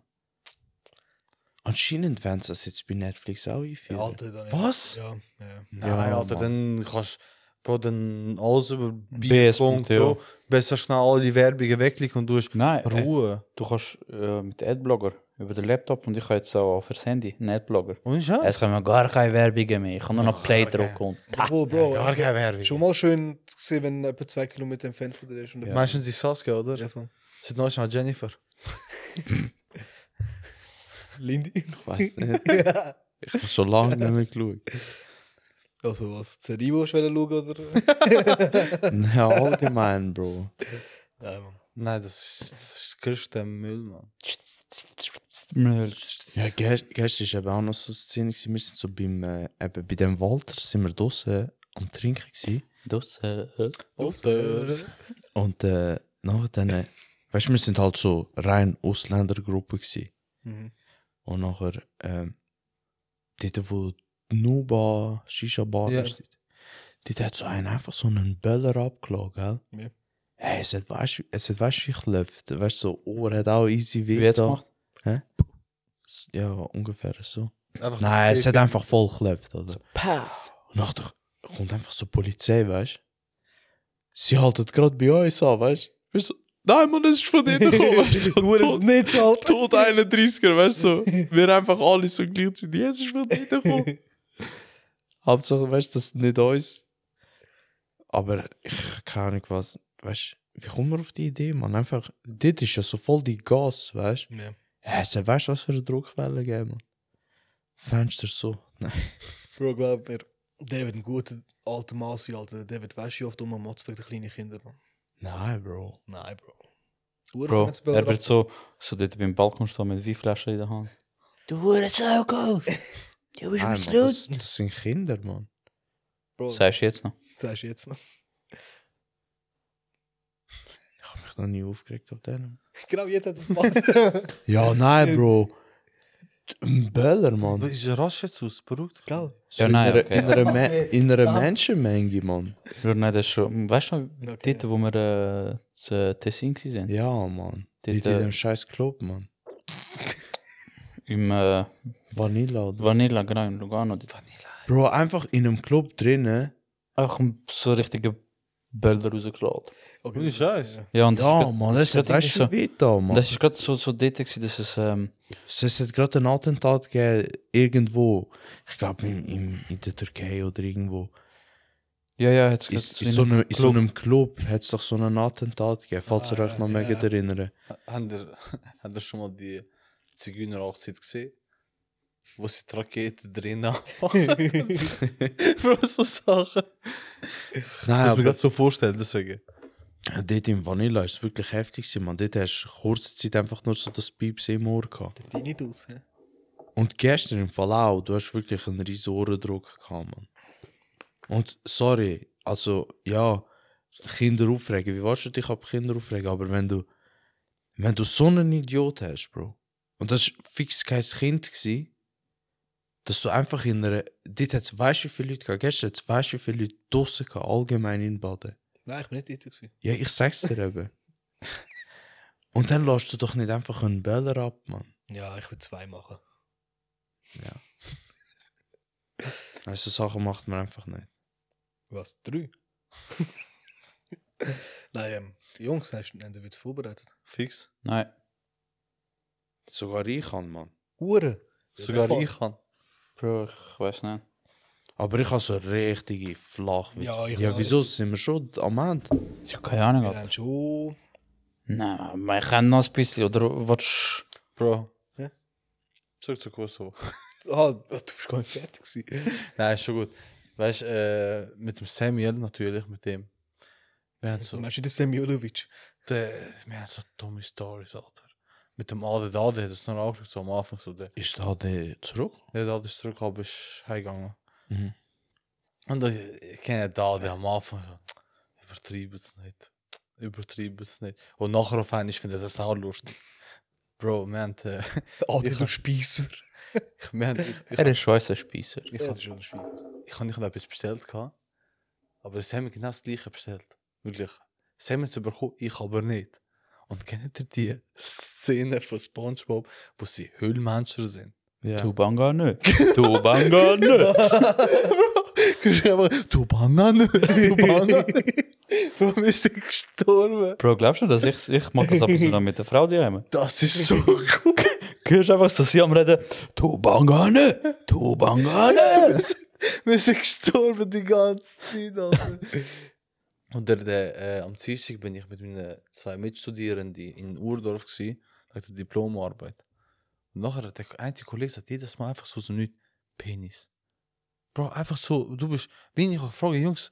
S3: Anscheinend werden sie das jetzt bei Netflix auch einführen.
S1: Ja, Alter, dann
S4: Was?
S1: Ja, ja.
S4: Nein,
S3: Ja,
S4: Alter, dann kannst Bro, dann alles über
S2: BS
S4: Beefpunkt,
S2: ja.
S4: Bro. Besser schnell alle die Werbungen weglegen und du hast
S2: Nein, äh,
S4: Ruhe.
S2: du kannst äh, mit Adblogger über den Laptop und ich habe jetzt auch fürs Handy einen Adblogger.
S4: Und schon?
S2: Es kommen gar keine Werbungen mehr. Ich kann nur noch Play drücken und
S1: Obwohl, Bro,
S4: Gar keine Werbung.
S1: schon mal schön zu sehen, wenn etwa zwei eh, Kilometer entfernt von dir ist. Und
S2: Ja.
S4: Meistens die Saskia, oder?
S1: Ja, voll.
S4: Seit neuestem hat Jennifer.
S1: Lindy.
S3: Ich weiß nicht. Ich habe schon lange nicht mehr geschaut.
S1: Also, was? Zeribo willst du schauen, oder?
S3: Ja, allgemein, Bro.
S1: Nein, Mann.
S4: Nein, das ist, das ist der größte Müll, Mann.
S3: Ja, gest gestern war eben auch noch so eine Szene. gewesen. Wir sind so beim, äh, eben bei dem Walter sind wir draussen am Trinken gewesen.
S2: das. Äh, äh.
S3: Und äh, nachher dann, weißt du, wir sind halt so rein Ausländergruppe gewesen.
S1: Mhm.
S3: Und nachher, ähm, dort, wo die Nuba Shisha Bar
S4: Ja.
S3: ist, dort hat so einen einfach so einen Böller abgelassen, gell?
S1: Ja.
S3: Hey, es hat weißt es hat weißt wie geklopft. Weißt du, so Ohr hat auch easy
S2: Wie
S3: weh
S2: jetzt
S3: da.
S2: gemacht?
S3: Ja, ungefähr so.
S4: Einfach
S3: Nein, es hat einfach voll geklopft, oder? Und nachher kommt einfach so die Polizei, weißt du? Sie haltet gerade bei uns an, weißt du? Weißt du? Nein, Mann, es ist von denen gekommen, weißt du? Tot-
S1: Snitch, Alter.
S3: Tot 31er, weißt du? so. Wir einfach alle so gleichzeitig, jetzt ist von denen gekommen. Hauptsache, weißt du, das ist nicht uns. Aber ich keine Ahnung was, weißt du, wie kommen wir auf die Idee, man? Einfach, dit ist ja so voll die Gas, weißt du?
S1: Ja.
S3: Ja, es hat, weißt du, was für eine Druckwelle geben, man? Fenster so. Nein.
S1: Bro, glaub mir, der wird ein guter alter Mann sein, Alter. Der wird, weißt du, wie oft um einen Motz für die kleinen Kinder, Mann.
S3: Nein, Bro.
S1: Nein, Bro. Uhr,
S2: Bro, er wird so, so dort beim Balkon stehen mit Weinflaschen in der Hand. Du Hurensaugolf! Du bist
S3: Nein, Mann, das, das sind Kinder, Mann.
S1: Bro, das
S2: Sagst du jetzt noch?
S1: sagst du jetzt noch.
S3: Ich habe mich noch nie aufgeregt auf denen.
S1: genau jetzt hat es gepasst.
S3: Ja, nein, Bro. Ein Böller, Mann.
S4: Was ist rasch jetzt aus? Beruhigt.
S1: Geil.
S3: So
S2: Ja, nein,
S3: in, einer,
S2: okay.
S3: in, einer Me- in einer Menschenmenge, Mann.
S2: Bro, nein, das ist schon. Weißt du noch,
S1: Okay.
S2: dort, wo wir äh, zu äh, Tessin waren?
S3: Ja, Mann.
S2: Dort,
S3: Die, die in
S2: äh,
S3: dem scheiß Club, Mann.
S2: Im äh,
S3: Vanilla oder?
S2: Vanilla, genau, in Lugano. Vanilla.
S3: Bro, einfach in einem Club drinnen.
S2: Auch so richtige Bilder rausgeladen.
S1: Okay,
S4: Ohne Scheiß.
S1: ja.
S2: Ja, und das ist
S3: Ja,
S2: grad-
S3: Mann, das hat
S2: grad irgendwie
S3: echt schon weh da, Mann.
S2: Das ist gerade so, so dort, gewesen, dass es. Ähm,
S3: Es hat gerade ein Attentat gegeben, irgendwo. Ich glaube, in, in, in der Türkei oder irgendwo.
S2: Ja, ja, jetzt
S3: In, in, so, einem, in so einem Club hat es doch so einen Attentat gegeben, falls ihr euch noch
S4: ja.
S3: mögt erinnern.
S4: Habt ihr, habt ihr schon mal die Zigeuner-Hochzeit gesehen? Wo sie die Rakete drin haben. Bro, so Sachen.
S3: Nein,
S4: muss mir
S3: Ah, aber
S4: gerade so vorstellen, deswegen.
S3: dort im Vanilla ist es wirklich heftig gewesen, man. Dort hast du kurze Zeit einfach nur so das Pieps im Ohr gehabt.
S1: Die nicht aus. hä?
S3: Und gestern im Fall auch, du hast wirklich einen riesen Ohrendruck gehabt, Mann. Und sorry, also ja, Kinder aufregen, wie willst du dich ab Kinder aufregen? Aber wenn du, wenn du so einen Idiot hast, Bro, und das war fix kein Kind, gewesen, dass du einfach in einer, dort hat es weißt wie viele Leute gehabt, gestern hat es weißt wie viele Leute draussen gehabt, allgemein in Baden.
S1: Nein, ich bin nicht dort. gewesen.
S3: Ja, ich sag's dir eben. Und dann lässt du doch nicht einfach einen Böller ab, Mann.
S1: Ja, ich will zwei machen.
S3: Also Sachen macht man einfach nicht.
S1: Was? Drei? Nein, ähm, Jungs, hast du einen Witz vorbereitet?
S4: Fix.
S2: Nein.
S3: Sogar ich kann, Mann.
S1: Uhren.
S4: Sogar ich kann.
S2: Bro, ich weiß nicht.
S3: Aber ich habe so richtige Flachwitze.
S1: Ja,
S3: Ja,
S1: ich auch.
S3: wieso sind wir schon am Ende?
S2: Ich habe keine Ahnung.
S1: Wir
S2: Alter.
S1: haben schon.
S2: Nein, aber ich kann noch ein bisschen. Oder was?
S4: Bro.
S1: Ja.
S4: Zurück zu Kosovo.
S1: Ah, du bist gar nicht fertig gewesen.
S4: Nein, ist schon gut. Weißt du, äh, mit dem Samuel natürlich, mit dem. Wir haben
S1: So.
S4: so,
S1: Meinst du den Semjolovic?
S4: der, Äh, wir haben so dumme Stories, Alter. Mit dem Ade, der Ade hat uns noch angeschaut, so am Anfang, so der.
S3: Ist da der zurück?
S4: Ja, dat is terug al bis hij gegangen.
S3: Mhm.
S4: Und ich kenne da die am Anfang so, übertrieben es nicht. Übertrieben es nicht. Und nachher auf einmal, ich finde das auch lustig. Bro, wir haben, äh,
S1: Ah, der du Speisser.
S4: wir haben, ich, ich,
S2: Er ist schon ein Spießer.
S4: ich,
S1: Ja,
S4: hab-
S1: das ist schon ein Speisser.
S4: ich habe nicht noch etwas bestellt gehabt, aber es haben wir genau das gleiche bestellt. Wirklich. Es haben wir es bekommen, ich aber nicht. Und kennt ihr die Szene von Spongebob, wo sie Höhlmenschen sind?
S3: Ja.
S2: Du Banga nicht. Du Banga nicht.
S4: Geschrieben, du Banane, du Banane. Warum ist er gestorben?
S2: Bro, glaubst du, dass ich, ich mach das ab und zu dann mit der Frau die heim?
S4: Das ist so gut.
S2: Hörst einfach so sie am Reden. Du Banga nicht. Du Banga nicht.
S4: Wir sind gestorben die ganze Zeit. Alter. Und der, der, äh, am Dienstag bin ich mit meinen zwei Mitstudierenden in Urdorf gsi, wegen der Diplomarbeit. Und nachher hat der eine Kollege sagt jedes Mal einfach so so nicht Penis. Bro, einfach so, du bist, wenn ich auch frage, Jungs,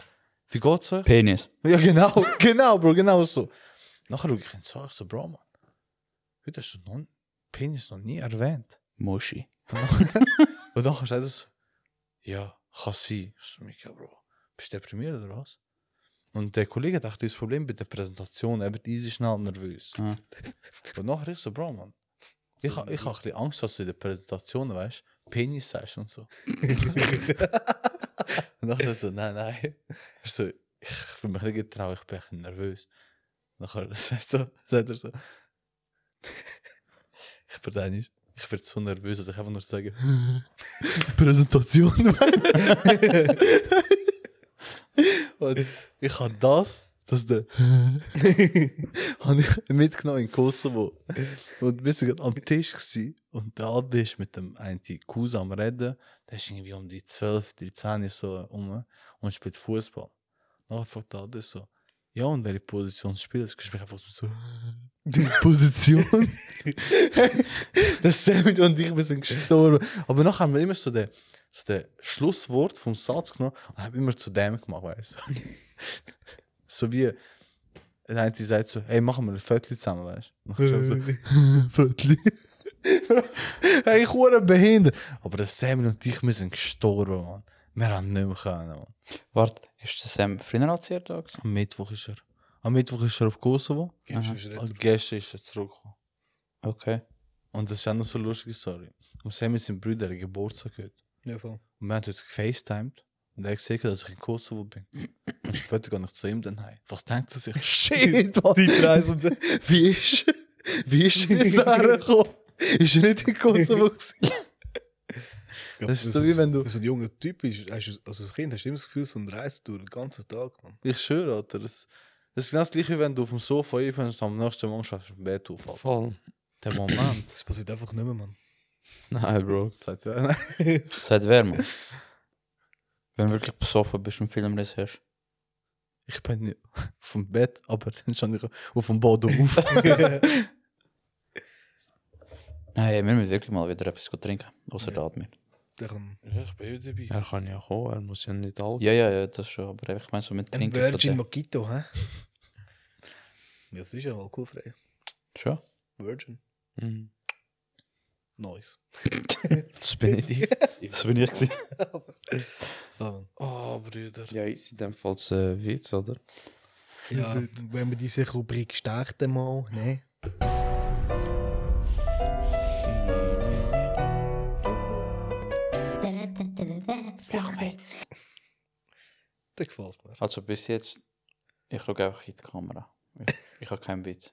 S4: wie geht's euch?
S2: Penis.
S4: Ja, genau, genau, Bro, genau so. Nachher schaue ich ihn so, ich so, Bro, Mann, heute hast du noch Penis noch nie erwähnt.
S2: Muschi.
S4: Und nachher sagt er so, ja, kann sein. Ich so, Mika, Bro, bist du deprimiert oder was? Und der Kollege dachte, das Problem mit der Präsentation, er wird easy schnell nervös.
S2: Ah.
S4: Und nachher ich so, Bro, Mann, ich, ha- ich habe ein bisschen Angst, dass du in der Präsentation, weißt Penis sagst und so. und nachher er so, nein, nein. Ich so, ich fühle mich nicht getraut, ich bin ein bisschen nervös. Nachher sagt, so, sagt er so, ich verstehe nicht. Ich werde so nervös, dass ich einfach nur sage, Präsentation. Und ich habe das, dass der habe ich mitgenommen in Kosovo. Und wir waren am Tisch gewesen, und der Adi ist mit dem einen Cousin am Reden. Der ist irgendwie um die 12, 13 so um und spielt Fußball. Nachher fragt der Adi so, ja, und welche Position spielst du? Ich spreche einfach so, die Position. das Sammy und ich wir sind gestorben. Aber nachher haben wir immer so den, so den Schlusswort vom Satz genommen und haben immer zu dem gemacht, weißt du. so wie, der eine sagt so, hey, machen wir ein Viertel zusammen, weißt du. Und ich so, Viertel. hey, ich wurde behindert. Aber der Sammy und ich, wir sind gestorben, Mann. Wir haben nicht mehr können, Mann.
S2: Warte, ist das Sam früher als ihr da? gewesen?
S4: Am Mittwoch ist er. Am Mittwoch ist er auf Kosovo.
S1: Gehst du
S2: Aha.
S1: schon
S4: Und gestern ist er zurückgekommen.
S2: Okay.
S4: Und das ist auch noch so lustig, sorry. Und Sam mit seinem Bruder einen Geburtstag heute.
S1: Ja, voll.
S4: Und wir haben heute gefacetimed. Und er hat gesagt, dass ich in Kosovo bin. Und später gehe ich zu ihm dann heim. Was denkt er sich? Shit, Mann.
S1: Die
S4: Reisenden. Wie ist, wie ist er jetzt hergekommen? Ist er nicht in Kosovo gewesen?
S1: Ja,
S4: Das ist so wie wenn du-
S1: so ein junger Typ bist, hast du, also als Kind hast du immer das Gefühl, so ein Reis durch den ganzen Tag, man.
S4: Ich schwöre, Alter. Das, das ist genau das gleiche, wie wenn du auf dem Sofa einpennst und am nächsten Morgen schaffst du im Bett auf. Alter.
S3: Voll.
S4: Der Moment.
S1: Das passiert einfach nicht mehr, man.
S3: Nein, Bro.
S4: Seit wann?
S2: Seit wer, Mann? Wenn du wirklich besoffen bist und Film das hast.
S4: Ich bin nicht auf dem Bett, aber dann stand ich auf dem Boden auf.
S2: Nein, wir müssen wirklich mal wieder etwas gut trinken. Außer der Admin.
S1: Der kann
S5: Ja, ich bin auch dabei.
S3: Er kann ja kommen, er muss ja nicht alt.
S2: Ja, ja, ja, das schon. Aber ich meine, so mit
S1: ein
S2: Trinken. ist das
S1: Virgin
S2: ja-
S1: Mojito, hä? Ja, das ist ja alkoholfrei.
S2: Schon?
S1: Virgin.
S3: Mhm.
S1: Nice.
S3: Das bin ich dir.
S2: Das bin ich gewesen.
S1: Ah,
S5: Oh, Brüder.
S3: ja, ist in dem Fall ein Witz, oder?
S1: ja, wenn wir diese Rubrik starten mal, ne? Das gefällt mir.
S2: Also bis jetzt, ich schaue einfach in die Kamera. Ich, ich habe keinen Witz.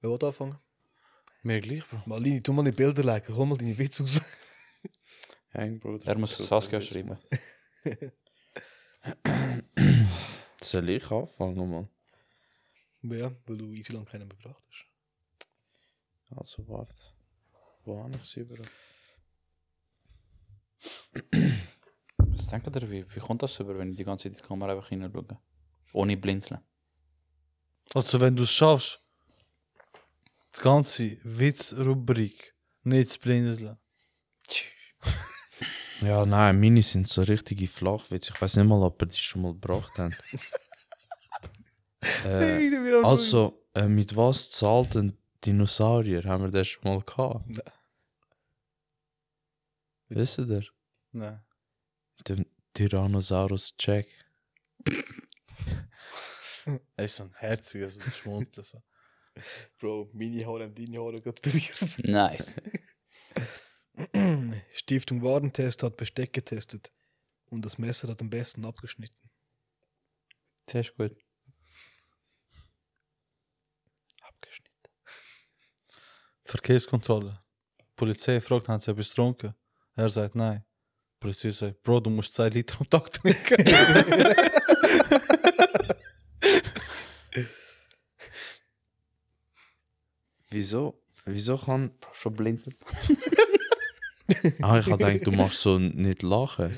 S1: Wer will anfangen?
S4: Mir gleich, Bro.
S1: Malini, tu mal die Bilder liken, hol mal deine Witze raus.
S3: Hang, Bruder.
S2: Er muss Saskia schreiben.
S3: Soll ich anfangen, Mann?
S1: ja, weil du easy lang keinen gebracht hast.
S3: Also, warte. Wo habe ich sie überall?
S2: Was denkt ihr, wie, wie kommt das über, wenn ich die ganze Zeit in die Kamera einfach hineinschaue? Ohne blinzeln.
S4: Also, wenn du es schaffst, die ganze Witzrubrik nicht zu blinzeln.
S3: Ja, nein, meine sind so richtige Flachwitze. Ich weiß nicht mal, ob wir die schon mal gebracht haben. äh, also, äh, mit was zahlt ein Dinosaurier? Haben wir das schon mal gehabt?
S1: Nein.
S3: Wisst ihr?
S4: Nein.
S3: Dem Tyrannosaurus Jack.
S4: Er ist so ein herziger, so ein Schmunzler. So.
S1: Bro, meine Haare haben deine Haare gerade berührt.
S2: Nice.
S1: Stiftung Warentest hat Besteck getestet und das Messer hat am besten abgeschnitten.
S2: Sehr gut. Abgeschnitten.
S4: Verkehrskontrolle. Die Polizei fragt, haben sie etwas getrunken? Er sagt, nein. Die Polizei sagt, Bro, du musst zwei Liter am Tag trinken.
S3: Wieso? Wieso kann.
S2: Schon blinzeln.
S3: Ah, ich habe gedacht, du machst so nicht lachen.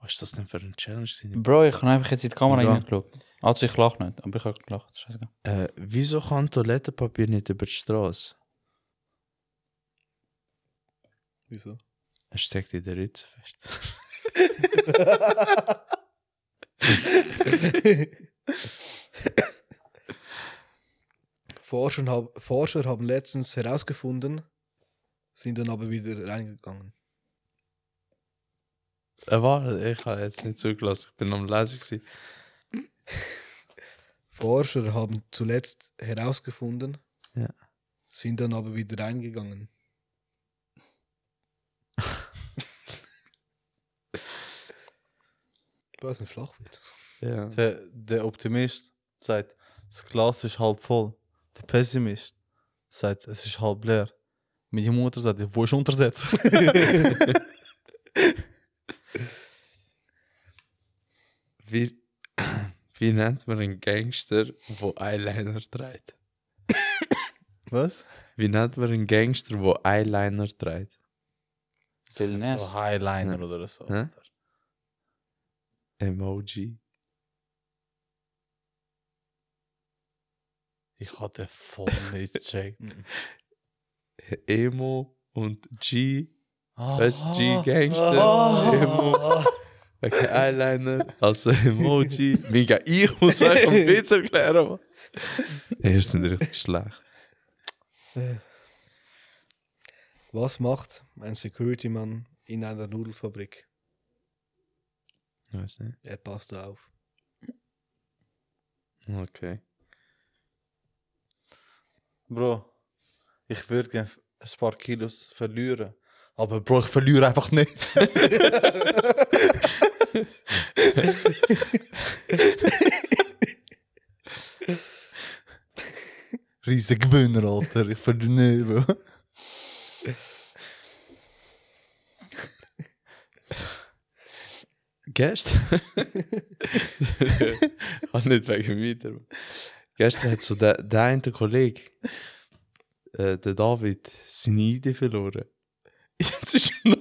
S3: Was ist das denn für eine Challenge? gewesen?
S2: Bro, ich habe einfach jetzt in die Kamera
S3: Ja.
S2: hineingeschaut. Also ich lache nicht, aber ich habe gelacht. Scheißegal.
S3: Äh, wieso kann Toilettenpapier nicht über die Straße?
S1: Wieso?
S3: Es steckt in der Ritze fest.
S1: Forscher, hab, Forscher haben letztens herausgefunden, sind dann aber wieder reingegangen.
S3: Er war, Äh, ich habe jetzt nicht zugelassen, ich bin am Lesen. gewesen.
S1: Forscher haben zuletzt herausgefunden,
S3: Ja.
S1: sind dann aber wieder reingegangen. Bro, das ist ein Flachwitz.
S3: Ja.
S4: der, der Optimist sagt, das Glas ist halb voll. Der Pessimist sagt, es ist halb leer. Meine Mutter sagt, wo ist Untersetzer?
S3: Wie, wie nennt man einen Gangster, der Eyeliner trägt?
S4: Was?
S3: Wie nennt man einen Gangster, der Eyeliner trägt?
S2: Silnes.
S4: So Highliner oder so.
S3: Hä? Emoji.
S4: Ich hatte voll nicht gecheckt.
S3: Emo und G.
S4: Ah,
S3: Weißt du, G-Gangster,
S4: Oh.
S3: Emo. Wegen Eyeliner, also Emoji. Mega, ich muss euch einen Witz erklären. Mann. Ihr seid richtig schlecht.
S1: Was macht ein Security-Mann in einer Nudelfabrik?
S3: Ich weiß nicht.
S1: Er passt auf.
S3: Okay.
S4: Bro, ich würde gerne ein paar Kilos verlieren. Aber Bro, ich verliere einfach nicht. Riesen Gewinner, Alter. Ich verliere nicht, Bro.
S3: Gestern. Auch nicht wegen mir. aber Gestern hat so der, der eine Kollege, äh, der David, seine Idee verloren. Jetzt ist er noch.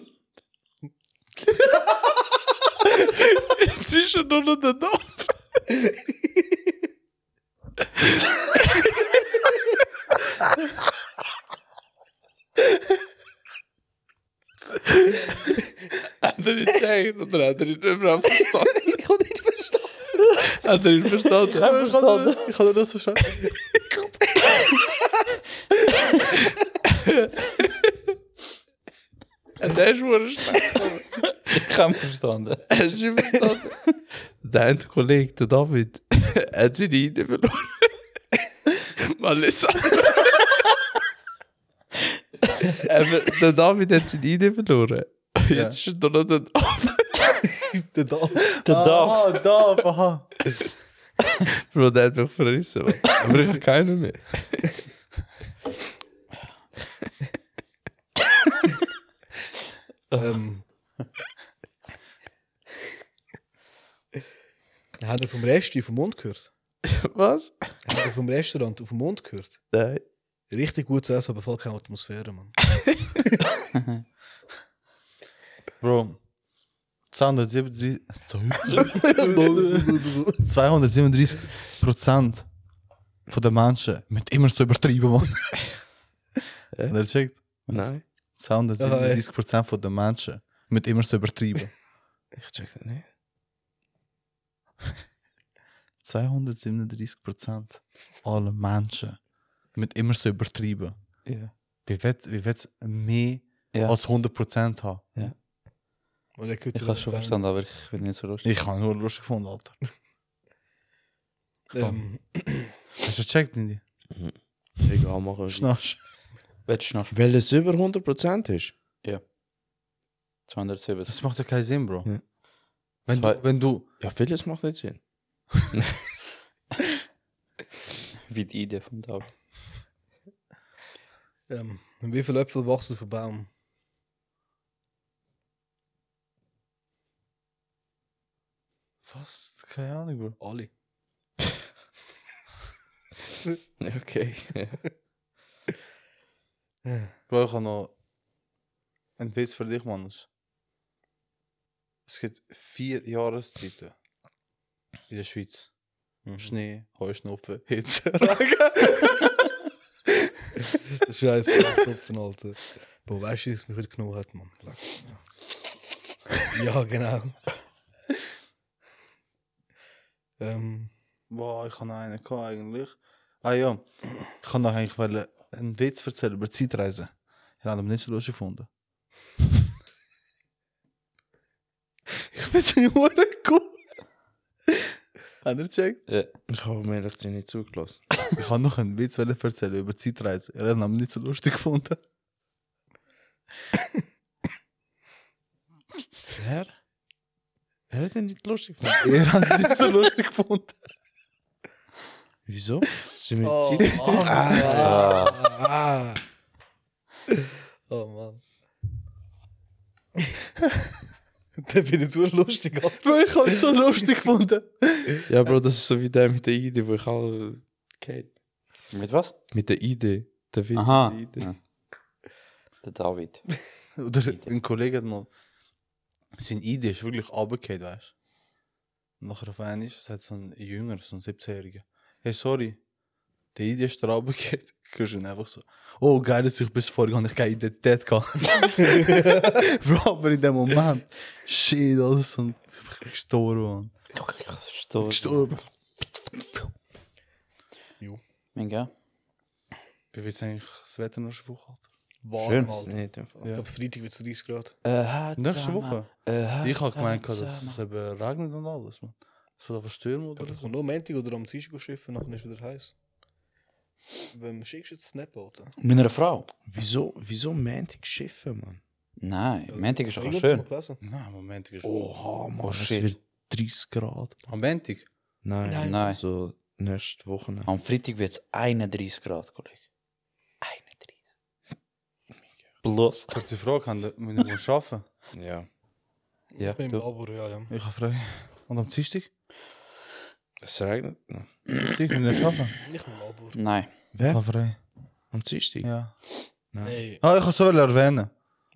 S3: Jetzt ist er nur noch der David.
S2: Hat er nicht gesagt oder hat er nicht überhaupt verstanden?
S1: Ich kann nicht verstehen.
S2: Hat er nicht verstanden?
S4: Ja, ich kann nur- Ich kann nur das verstehen.
S2: Der ist wohl schlecht. Ich kann verstanden. Er ist nicht verstanden.
S3: Der eine Kollege, der David, hat seine Idee verloren.
S2: Malissa.
S3: Aber der David hat seine Idee verloren.
S4: Ja.
S3: Jetzt ist er nur noch der David.
S1: Der Dach.
S2: Der Dach.
S4: Ah, da, aha.
S3: Bro, der hat mich verrissen. Mann. Aber ich habe keinen mehr.
S1: Ähm. Hat er vom Rest auf den Mund gehört?
S3: Was?
S1: Hat er vom Restaurant auf den Mund gehört?
S3: Nein.
S1: Richtig gut zu essen, aber voll keine Atmosphäre, Mann.
S4: Bro. 237 237 Prozent von den Menschen mit immer zu übertreiben, Mann.
S3: Ja.
S4: Und er checkt,
S3: Nein.
S4: 237 Prozent von den Menschen mit immer zu übertreiben.
S3: Ich check das nicht.
S4: 237 Prozent aller Menschen mit immer zu übertreiben.
S3: Ja.
S4: Wie wird wie wird's mehr
S2: Ja,
S4: als 100 Prozent haben?
S1: Und er gehört
S2: ich
S1: zu den
S2: habe es schon
S1: Zahlen.
S2: verstanden, aber ich bin nicht so lustig.
S4: Ich habe nur lustig gefunden, Alter.
S1: Ähm,
S4: Hast du gecheckt, Nini?
S3: Egal, machen wir.
S4: Schnasch.
S2: Willst du noch
S3: Weil es über 100% ist.
S2: 207?
S4: Das macht ja keinen Sinn, Bro.
S3: Ja.
S4: Wenn,
S2: Zwei-
S4: du, wenn du
S3: Ja, vieles macht nicht Sinn.
S2: Wie die Idee von David.
S1: ähm, und wie viele Äpfel wachsen auf dem Baum?
S4: Was? Keine Ahnung, Bro.
S1: Alle.
S3: Okay.
S4: Bro, ich habe noch einen Witz für dich, Manus. Es gibt vier Jahreszeiten in der Schweiz. Schnee, Heuschnupfen, Hitze,
S1: Scheiße, Kopfen, Alter. Boah, weißt du, wie es mich heute genommen hat, Mann? Ja, genau. ähm,
S4: Boah, ich habe einen gehabt, eigentlich. Ah ja, ich kann doch eigentlich wollen einen Witz erzählen über Zeitreisen. Ich habe ihn nicht so lustig gefunden. ich bin nicht hure cool. Habt ihr gecheckt?
S2: Ja.
S3: Ich habe mir ehrlich gesagt nicht zugelassen.
S4: Ich kann noch einen Witz wollen erzählen über Zeitreisen. Ich habe ihn aber nicht so lustig gefunden.
S3: Wer? Wer hat denn nicht lustig gefunden?
S4: Ich habe ihn nicht so lustig gefunden.
S3: Wieso? Sind wir
S1: oh,
S3: Zeit-
S1: Mann. ah, ah. oh Mann. Der bin ich so lustig, Alter.
S4: Bro, ich habe ihn so lustig gefunden.
S3: Ja, Bro, das ist so wie der mit der Idee, wo ich auch. Okay.
S2: Mit was?
S3: Mit der Idee. Der Witz
S2: Aha.
S3: mit der Idee.
S2: Ja. Der David.
S4: Oder ein Kollege hat mal. Seine Idee ist wirklich runtergefallen, weißt du? Nachher auf einmal ist es hat so ein Jünger, so ein 17-Jähriger. Hey, sorry, die Idee ist da runtergefallen. Hörst du ihn einfach so. Oh, geil, dass ich bis vorher gar nicht keine Identität hatte. Bro, aber in dem Moment. Shit, alles und ich bin gestorben, Mann.
S2: Gestorben.
S4: Gestorben.
S2: Ja.
S4: Wie wird eigentlich das Wetter nächste Woche? Alter?
S1: Warm,
S2: Schön.
S1: Alter.
S3: Nicht im Fall.
S1: Ich glaube, Freitag wird es 30 Grad.
S2: Eh,
S4: Nächste Woche? Ich habe gemeint, dass es eben regnet und alles, Mann. Es wird einfach stürmen
S1: Aber
S4: oder
S1: das
S4: so.
S1: kommt nur am Montag oder am Dienstag schiffen, nachher ist wieder heiß. Wem schickst du jetzt Snap, Alter?
S2: Meiner Frau?
S3: Wieso, wieso Mantic schiffen, Mann?
S2: Nein, Montag ist doch
S1: Ich muss
S2: schön.
S1: mal gelesen.
S4: Nein, Nou, Moment, ist
S3: Oha, Mann,
S2: Oh,
S3: Ah, es
S2: shit.
S3: wird 30 Grad.
S4: Am Montag?
S3: Nein,
S2: Nein.
S3: nein.
S2: Nein.
S3: So nächste Woche.
S2: Am Freitag wird es 31 Grad, Kollege. 31. Bloß.
S4: Kurze Frage, haben wir müssen wir arbeiten?
S3: Ja.
S2: Ja,
S1: ich bin
S2: du.
S1: im Labor, ja, ja.
S4: Ich habe frei. Und am Dienstag?
S3: Es regnet noch.
S4: Dienstag müssen wir arbeiten?
S1: Ich bin im Labor.
S2: Nein.
S4: Ich
S3: Wer?
S4: habe frei.
S3: Am Dienstag?
S4: Ja.
S3: Nein.
S1: Hey,
S4: Ah, ich wollte es auch erwähnen.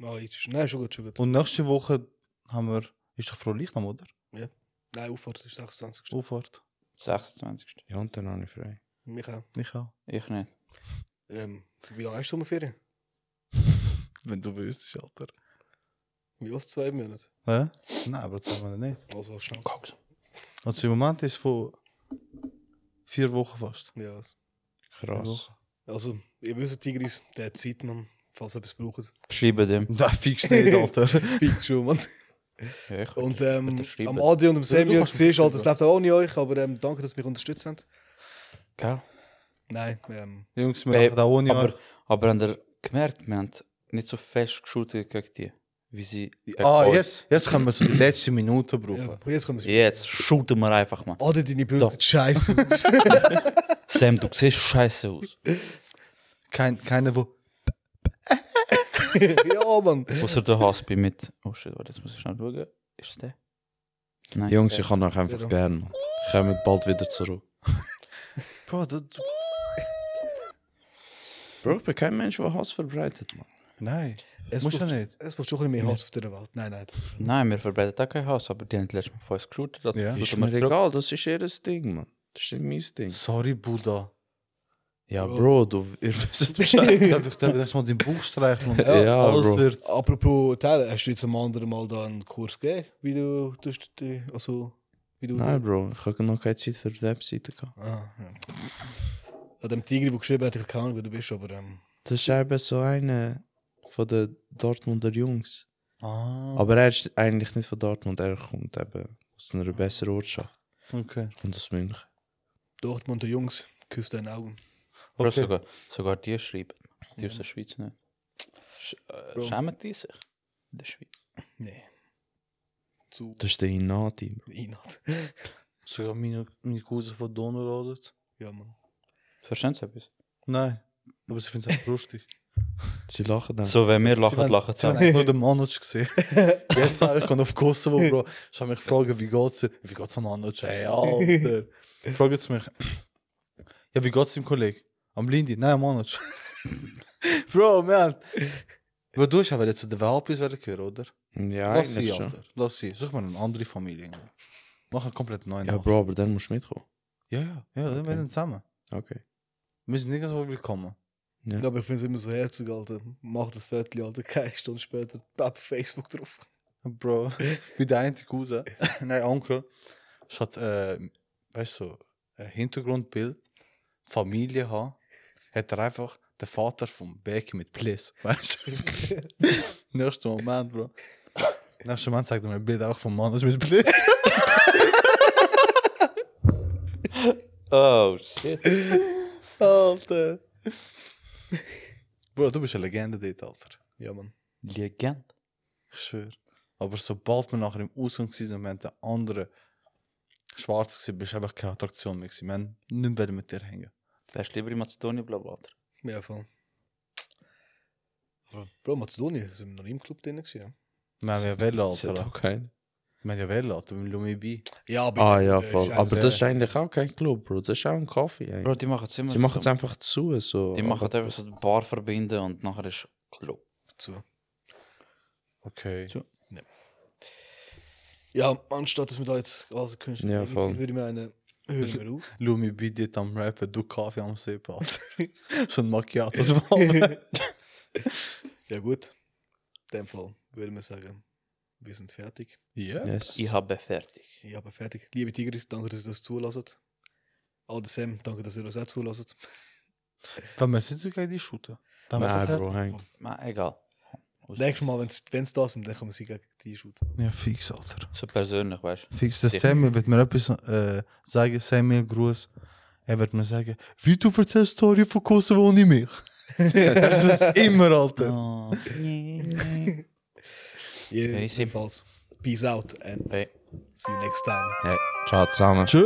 S1: ah, jetzt ist. Nein, schon gut, schon gut.
S4: Und nächste Woche haben wir... Ist doch Frau Lichtnam, oder?
S1: Ja. Nein, Auffahrt ist 26.
S4: Auffahrt.
S2: 26.
S3: Ja, und dann habe ich frei.
S1: Micha,
S4: Ich auch.
S2: Ich nicht.
S1: ähm, wie lange hast du Sommerferien?
S4: Wenn du wüsstest, Alter.
S1: Wie aus zwei Monate?
S4: Hä? Nein, aber das haben wir nicht.
S1: Also schnell.
S2: Cox.
S4: Also im Moment ist es von vier Wochen fast.
S1: Ja, also.
S3: Krass.
S1: also, ihr wisst, Tigris, der hat Zeit, man, falls ihr etwas braucht.
S2: Schreibe dem.
S4: Nein, Nou, fix nicht, Alter.
S1: Fix schon, man.
S2: Ja, ich
S1: Und ähm,
S2: Bitte schreiben.
S1: am Adi und am Samuel,
S4: kannst
S1: siehst du,
S4: mir
S1: Alter, es läuft auch ohne euch, aber ähm, danke, dass ihr mich unterstützt habt.
S2: Gell?
S1: Nein, ähm,
S4: Jungs, wir
S2: Ey,
S4: machen da ohne
S2: Aber,
S4: euch.
S2: aber habt ihr gemerkt, wir haben nicht so fest geschultet gegen die, wie sie.
S4: Ah,
S2: Äh,
S4: jetzt, jetzt können wir zu den letzten Minuten brauchen.
S1: ja, jetzt kommen wir.
S2: Jetzt schulten wir einfach, Mann.
S1: Adi, deine Brüder,
S2: Doch.
S1: scheiße.
S2: Sam, du siehst scheiße aus.
S4: Kein, keiner, wo.
S1: ja, Mann.
S2: Außer der Haspi mit. Oh shit, warte, jetzt muss ich schnell schauen. Ist es der? Nein.
S3: Jungs, ich kann euch einfach
S1: Wiederum.
S3: gern, man. Kommt bald wieder zurück.
S4: Bro, du, du,
S3: Bro, ich bin kein Mensch, der Hass verbreitet, man.
S4: nein.
S1: Es
S4: Musst du
S1: braucht-
S4: nicht.
S1: Es braucht schon ein bisschen mehr Hass auf dieser Welt. Nein, nein.
S2: Nein, wir verbreiten auch kein Hass, aber die haben letztes Mal von uns geschultet. Also
S4: Ja.
S2: schulden
S3: Ist
S2: wir
S3: mir
S2: zurück.
S3: egal, das ist ihr Ding, man. Das ist nicht mein Ding.
S4: Sorry, Buddha.
S3: Ja,
S1: Bro.
S3: Bro, du, ihr wisst Bescheid.
S4: Darf ich, darf ich das mal den Bauch streicheln?
S3: Ja,
S4: alles
S3: Bro.
S4: wird.
S1: Apropos Teilen, hast du jetzt am anderen Mal da einen Kurs gegeben, wie du, tust die- also, wie du
S3: Nein, Bro, ich habe noch keine Zeit für die Webseite gehabt.
S1: Ah, ja. An dem Tigri, der geschrieben hat, ich habe keine Ahnung, wer du bist, aber ähm,
S3: Das ist eben so einer von den Dortmunder Jungs.
S4: Ah,
S3: Aber er ist eigentlich nicht von Dortmund, er kommt eben aus einer besseren Ortschaft
S4: okay.
S3: und aus München.
S1: Dortmunder Jungs, küsst deine Augen.
S2: Bro,
S4: okay.
S2: sogar, sogar die schreiben. Die aus der Schweiz nicht. Sch äh,
S1: Bro.
S2: schämen die sich? In der Schweiz.
S1: Nee. Zu
S3: Das ist der Inati.
S1: Inhalt.
S4: Sogar meine, meine Cousin von Donnerrodet.
S1: Ja, Mann.
S2: Verstehen Sie etwas?
S4: Nein, aber sie finden es einfach lustig.
S3: Sie lachen dann.
S2: So, wenn wir lachen,
S4: wollen-
S2: lachen
S4: Sie haben
S2: zusammen.
S4: eigentlich nur den Manoj gesehen. Jetzt habe ich auf Kosovo, Bro. Ich habe mich gefragt, wie geht's dir? Wie geht's am Manoj? Hey, Alter. Fragen sie mich. Ja, wie geht's dem Kollegen? Am Lindi? Nein, am Manoj. Bro, man. Bro, du hast ja wieder zu den Walpis gehört, oder?
S3: Ja,
S4: Lass sie,
S3: eigentlich schon.
S4: Alter. Lass sie. Such mal eine andere Familie. Mach einen komplett neuen.
S3: Ja,
S4: nach.
S3: Bro, aber dann musst du mitkommen.
S4: Ja, ja. Ja, dann werden wir zusammen.
S3: Okay.
S4: Wir sind nirgendwo willkommen.
S1: Ja, aber ich finde es immer so herzig, Alter. Mach das Viertel, Alter, keine Stunde später, papp, Facebook drauf.
S4: Bro, wie der eine Cousin, nein, Onkel, es hat, äh, weißt du, so ein Hintergrundbild, Familie haben, hat er einfach den Vater vom Becky mit Bliss, weißt du? Nächsten Moment, Bro. Nächsten Moment zeigt er mir ein Bild auch vom Mann mit Bliss.
S2: Oh, shit.
S4: Alter. Bro, du bist eine Legende dort, Alter.
S1: Ja, Mann.
S2: Legend.
S4: Ich schwöre. Aber sobald wir nachher im Ausgang waren und wir haben den anderen schwarz gesehen, bist du einfach keine Attraktion mehr gewesen. Wir haben nicht mehr mit dir hängen.
S2: Wärst du lieber in Mazedonien, bla bla. bla.
S1: Ja, voll. Aber, Bro, Mazedonien, sind wir noch nie im Club drin gewesen, ja.
S4: Wir haben ja Welle,
S3: Das hat
S4: Alter.
S3: auch keinen.
S4: Wir haben ja Welle, Alter, mit Lumi B.
S1: Ja, aber.
S3: Ah ja,
S1: äh,
S3: voll.
S1: scheiße.
S3: Aber das ist eigentlich auch kein Club, Bro. Das ist auch ein Kaffee.
S2: Bro,
S3: eigentlich.
S2: die machen es immer
S3: Sie machen es
S2: so.
S3: einfach zu. So.
S2: Die machen
S3: Aber-
S2: einfach so die Bar verbinden und nachher ist Club.
S1: Zu.
S4: Okay.
S2: So.
S1: Ja, anstatt dass wir da jetzt also Künstler
S3: Ja,
S1: reden,
S3: voll.
S1: würde ich mir eine hören wir auf.
S4: Lumi B, die am Rappen, du Kaffee am Sippen, Alter. so ein Macchiato. Alter.
S1: Ja gut. In dem Fall würde man sagen, wir sind fertig.
S4: Ja.
S3: Yes.
S2: Ich habe fertig.
S1: Ich habe fertig. Liebe Tigris, danke, dass ihr das zulasst. Alter Sam, danke, dass ihr das auch zulasst.
S4: Wenn wir sind, gleich die shooten. Dann
S3: Nein,
S4: wir
S3: Bro, häng.
S2: Ma, egal. Aus-
S1: Nächstes Mal, wenn es da sind, dann können wir sie gegen die shooten.
S4: Ja, fix, Alter.
S2: So persönlich, weißt du?
S4: Fix, der
S2: Sicher.
S4: Samuel wird mir etwas äh, sagen. Samuel, Gruß. Er wird mir sagen, wie du erzählst die Story von Kosovo ohne mich. das ist immer, Alter.
S2: Oh. Easy.
S1: Jedenfalls, peace out and
S2: Hey.
S1: see you next time.
S3: Hey, ciao zusammen.
S4: Tschö.